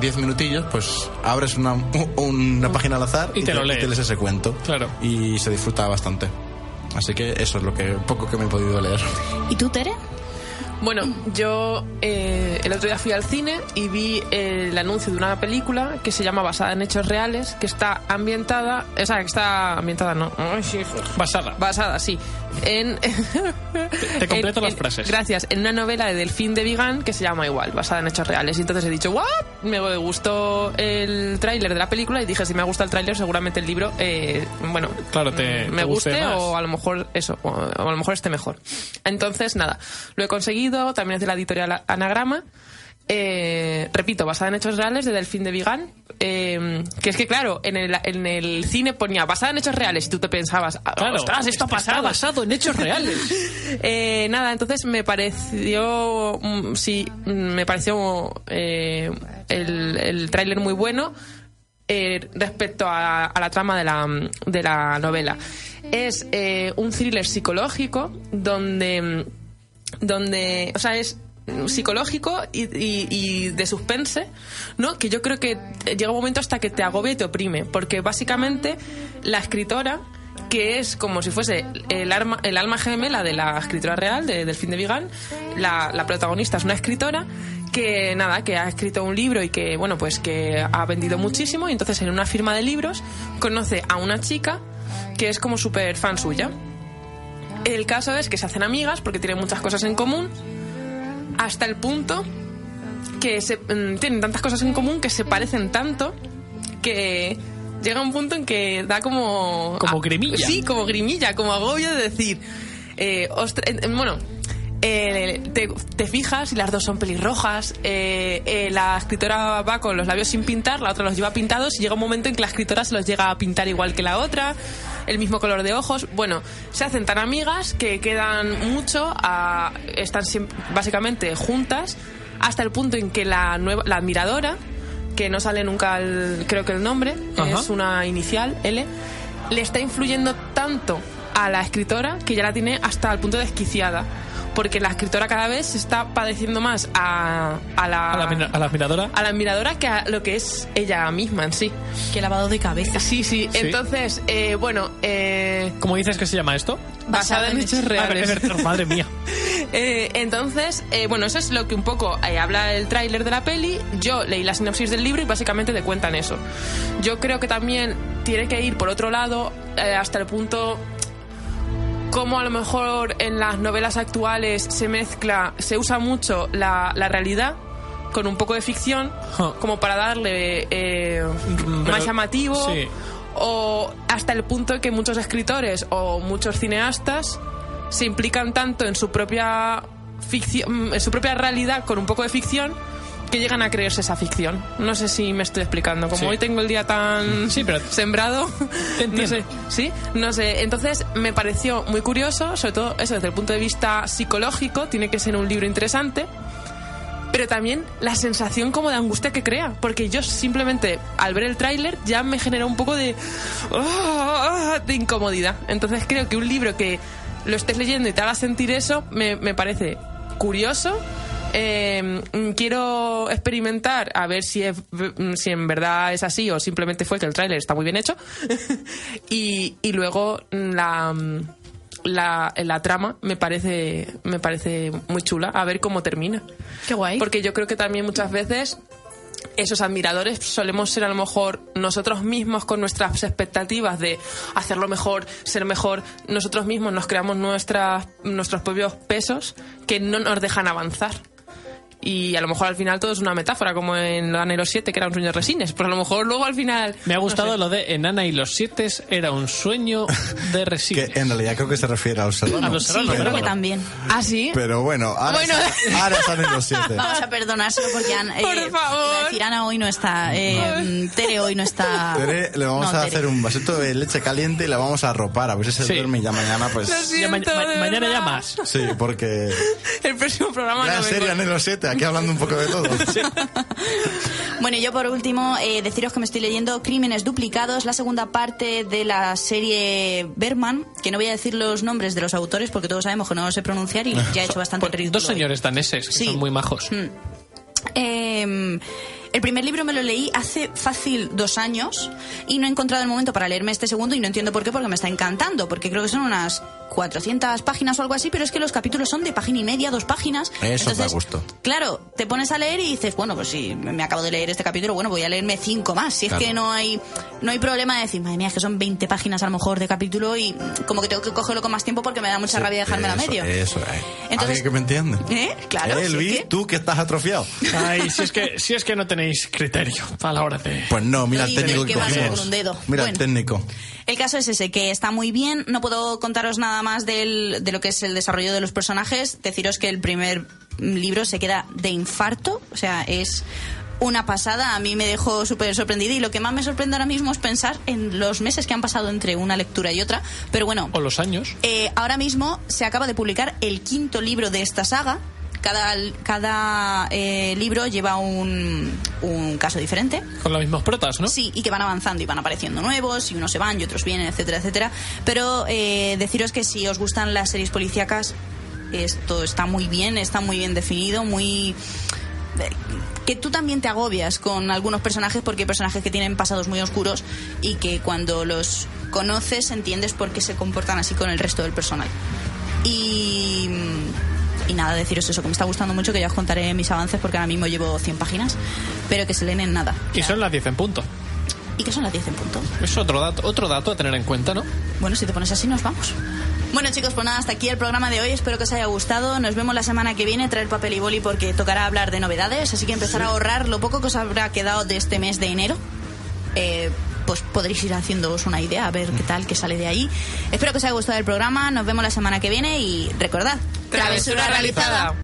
B: 10 minutillos, pues abres una, *laughs* una página al azar
C: Y te lo lees.
B: lees ese cuento.
C: Claro.
B: Y se disfruta bastante. Así que eso es lo que poco que me he podido leer.
A: ¿Y tú, Tere?
D: Bueno, yo eh, el otro día fui al cine y vi el anuncio de una película que se llama Basada en Hechos Reales, que está ambientada, o sea, que está ambientada, no, Ay, sí, hijo.
C: Basada.
D: basada, sí, en...
C: *laughs* te completo
D: en-
C: las
D: en-
C: frases.
D: Gracias, en una novela de Delfín de Vigan que se llama igual, basada en hechos reales. Y entonces he dicho, ¿what? Me gustó el tráiler de la película y dije, si me gusta el tráiler, seguramente el libro, eh, bueno, mm,
C: Claro, te-
D: me
C: te guste
D: guste,
C: más.
D: o a lo mejor eso, o o a lo mejor esté mejor. Entonces, nada, lo he conseguido, también es de la editorial Anagrama. Eh, repito, basada en hechos reales de Delfín de Vigan. eh, que es que, claro, en el, en el cine ponía basada en hechos reales y tú te pensabas, "Ah,
C: Claro,
D: ostras, esto ha
C: está
D: pasado.
C: basado en hechos reales.
D: *laughs* Eh, nada, entonces me pareció, mm, sí, mm, me pareció eh, el, el tráiler muy bueno eh, respecto a, a la trama de la, de la novela. Es eh, un thriller psicológico donde, donde, o sea, es mm, psicológico y, y- y de suspense, ¿no? Que yo creo que eh, llega un momento hasta que te agobia y te oprime, porque básicamente la escritora que es como si fuese el, arma, el alma gemela de la escritora real, de Delfín de Vigan. La, la protagonista es una escritora que, nada, que ha escrito un libro y que, bueno, pues que ha vendido muchísimo. Y entonces en una firma de libros conoce a una chica que es como súper fan suya. El caso es que se hacen amigas porque tienen muchas cosas en común hasta el punto que se, mm, tienen tantas cosas en común que se parecen tanto que llega un punto en que da como...
C: Como grimilla.
D: Sí, como grimilla, como agobio de decir... eh, ostra- eh, bueno, eh, te, te fijas y las dos son pelirrojas, eh, eh, la escritora va con los labios sin pintar, la otra los lleva pintados y llega un momento en que la escritora se los llega a pintar igual que la otra, el mismo color de ojos. Bueno, se hacen tan amigas que quedan mucho, a- están siem- básicamente juntas hasta el punto en que la, nueva, la admiradora, que no sale nunca el- creo que el nombre,
C: Ajá.
D: es una inicial, L, le está influyendo tanto a la escritora que ya la tiene hasta el punto de desquiciada. Porque la escritora cada vez se está padeciendo más a, a la,
C: A la, mira- a la admiradora.
D: a la admiradora que a lo que es ella misma en sí.
A: Qué lavado de cabeza.
D: Sí, sí.
C: Sí.
D: Entonces, eh, bueno, eh,
C: ¿Cómo dices que se llama esto?
D: basada en hechos
C: Ah, pero es
D: reales.
C: verdad, madre mía.
D: Eh, entonces, eh, bueno, eso es lo que un poco eh, habla el tráiler de la peli. Yo leí la sinopsis del libro y básicamente te cuentan eso. Yo creo que también tiene que ir por otro lado eh, hasta el punto como a lo mejor en las novelas actuales se mezcla, se usa mucho la, la realidad con un poco de ficción,
C: Huh.
D: como para darle eh,
C: Mm, pero-
D: más llamativo
C: sí.
D: o hasta el punto que muchos escritores o muchos cineastas se implican tanto en su propia ficción, mm, en su propia realidad con un poco de ficción que llegan a creerse esa ficción. No sé si me estoy explicando. Como
C: Sí.
D: hoy tengo el día tan
C: *laughs* Sí, pero-
D: *laughs* sembrado,
C: Te
D: no
C: entiendo.
D: sé. Sí, no sé. Entonces me pareció muy curioso, sobre todo eso desde el punto de vista psicológico. Tiene que ser un libro interesante pero también la sensación como de angustia que crea, porque yo simplemente al ver el tráiler ya me generó un poco de ah, de incomodidad. Entonces creo que un libro que lo estés leyendo y te haga sentir eso me, me parece curioso. Eh, mm, quiero experimentar a ver si, es, v- mm, si en verdad es así o simplemente fue que el tráiler está muy bien hecho. *laughs* y, y luego mm, la, mm, la, la trama me parece, me parece muy chula. A ver cómo termina.
A: Qué guay.
D: Porque yo creo que también muchas veces esos admiradores solemos ser a lo mejor nosotros mismos con nuestras expectativas de hacerlo mejor, ser mejor. Nosotros mismos nos creamos nuestras, nuestros propios pesos que no nos dejan avanzar. Y a lo mejor al final todo es una metáfora, como en los anhelos 7, que era un sueño de resines. Pero a lo mejor luego al final.
C: Me ha gustado lo de Enana y los siete era un sueño de
B: *laughs* Que
C: Ah, resines.
B: en realidad creo que se refiere a los
C: A los
A: Sí,
C: serranos,
A: yo creo
C: ¿verdad?
A: que también.
D: ¿Ah, sí?
B: Pero bueno, ahora,
D: Bueno.
B: ahora están en los siete.
A: Vamos a perdonárselo porque Ana, eh,
D: Por
A: iba a
D: favor.
A: decir, Ana hoy no está. eh, Tere hoy no está.
B: Tere, le vamos
A: No,
B: a
A: Tere.
B: hacer un vasito de leche caliente y la vamos a arropar. A ver si se
C: Sí.
B: duerme y ya mañana, pues.
D: Lo siento,
C: Ya ma- ma-
D: de
C: mañana
D: verdad.
C: ya más.
B: Sí, porque.
D: El próximo programa
B: Gran
D: no vengo.
B: serie Anhelo 7, aquí hablando un poco de todo.
A: Bueno, yo por último, eh, deciros que me estoy leyendo Crímenes Duplicados, la segunda parte de la serie Berman, que no voy a decir los nombres de los autores porque todos sabemos que no lo sé pronunciar y ya he hecho bastante
C: Por
A: ridículo.
C: dos señores daneses que
A: Sí.
C: son muy majos.
A: Mm. Eh, el primer libro me lo leí hace fácil dos años y no he encontrado el momento para leerme este segundo y no entiendo por qué, porque me está encantando, porque creo que son unas 400 páginas o algo así, pero es que los capítulos son de página y media, dos páginas.
B: Eso da
A: Entonces,
B: gusto.
A: Claro, te pones a leer y dices, bueno, pues si me acabo de leer este capítulo, bueno, voy a leerme cinco más. Si
B: Claro.
A: es que no hay, no hay problema de decir, madre mía, es que son 20 páginas a lo mejor de capítulo y mm, como que tengo que cogerlo con más tiempo porque me da mucha rabia dejármelo a
B: Eso,
A: medio.
B: Eso, eh.
A: Entonces-
B: ¿Alguien que me entiende?
A: ¿Eh? Claro,
B: Eh,
A: si es
B: Luis,
A: que-
B: tú que estás atrofiado.
C: Ay, si es que, si es que no tenéis criterio a la hora de...
B: Pues no, mira el
A: Luis,
B: técnico que
A: que va a ser
B: cogimos.
A: con un dedo.
B: Mira el
A: Bueno.
B: técnico.
A: El caso es ese, que está muy bien. No puedo contaros nada más del- de lo que es el desarrollo de los personajes. Deciros que el primer libro se queda de infarto. O sea, es una pasada. A mí me dejó súper sorprendida. Y lo que más me sorprende ahora mismo es pensar en los meses que han pasado entre una lectura y otra. Pero bueno,
C: O los años.
A: eh, ahora mismo se acaba de publicar el quinto libro de esta saga. Cada, cada eh, libro lleva un, un caso diferente.
C: Con los mismos protas, ¿no?
A: Sí, y que van avanzando y van apareciendo nuevos, y unos se van y otros vienen, etcétera, etcétera. Pero eh, deciros que si os gustan las series policíacas, esto está muy bien, está muy bien definido, muy eh, que tú también te agobias con algunos personajes porque hay personajes que tienen pasados muy oscuros y que cuando los conoces entiendes por qué se comportan así con el resto del personal. Y, y nada, deciros eso, que me está gustando mucho, que ya os contaré mis avances porque ahora mismo llevo 100 páginas, pero que se leen en nada.
C: Y son las 10 en punto.
A: Y que son las 10 en punto.
C: Es otro dato, otro dato a tener en cuenta, ¿no?
A: Bueno, si te pones así, nos vamos. Bueno, chicos, pues nada, hasta aquí el programa de hoy. Espero que os haya gustado. Nos vemos la semana que viene. Traer papel y boli porque tocará hablar de novedades. Así que empezar a ahorrar lo poco que os habrá quedado de este mes de enero. Eh, pues podréis ir haciéndoos una idea, a ver qué tal, qué sale de ahí. Espero que os haya gustado el programa. Nos vemos la semana que viene y recordad:
D: Travesura realizada.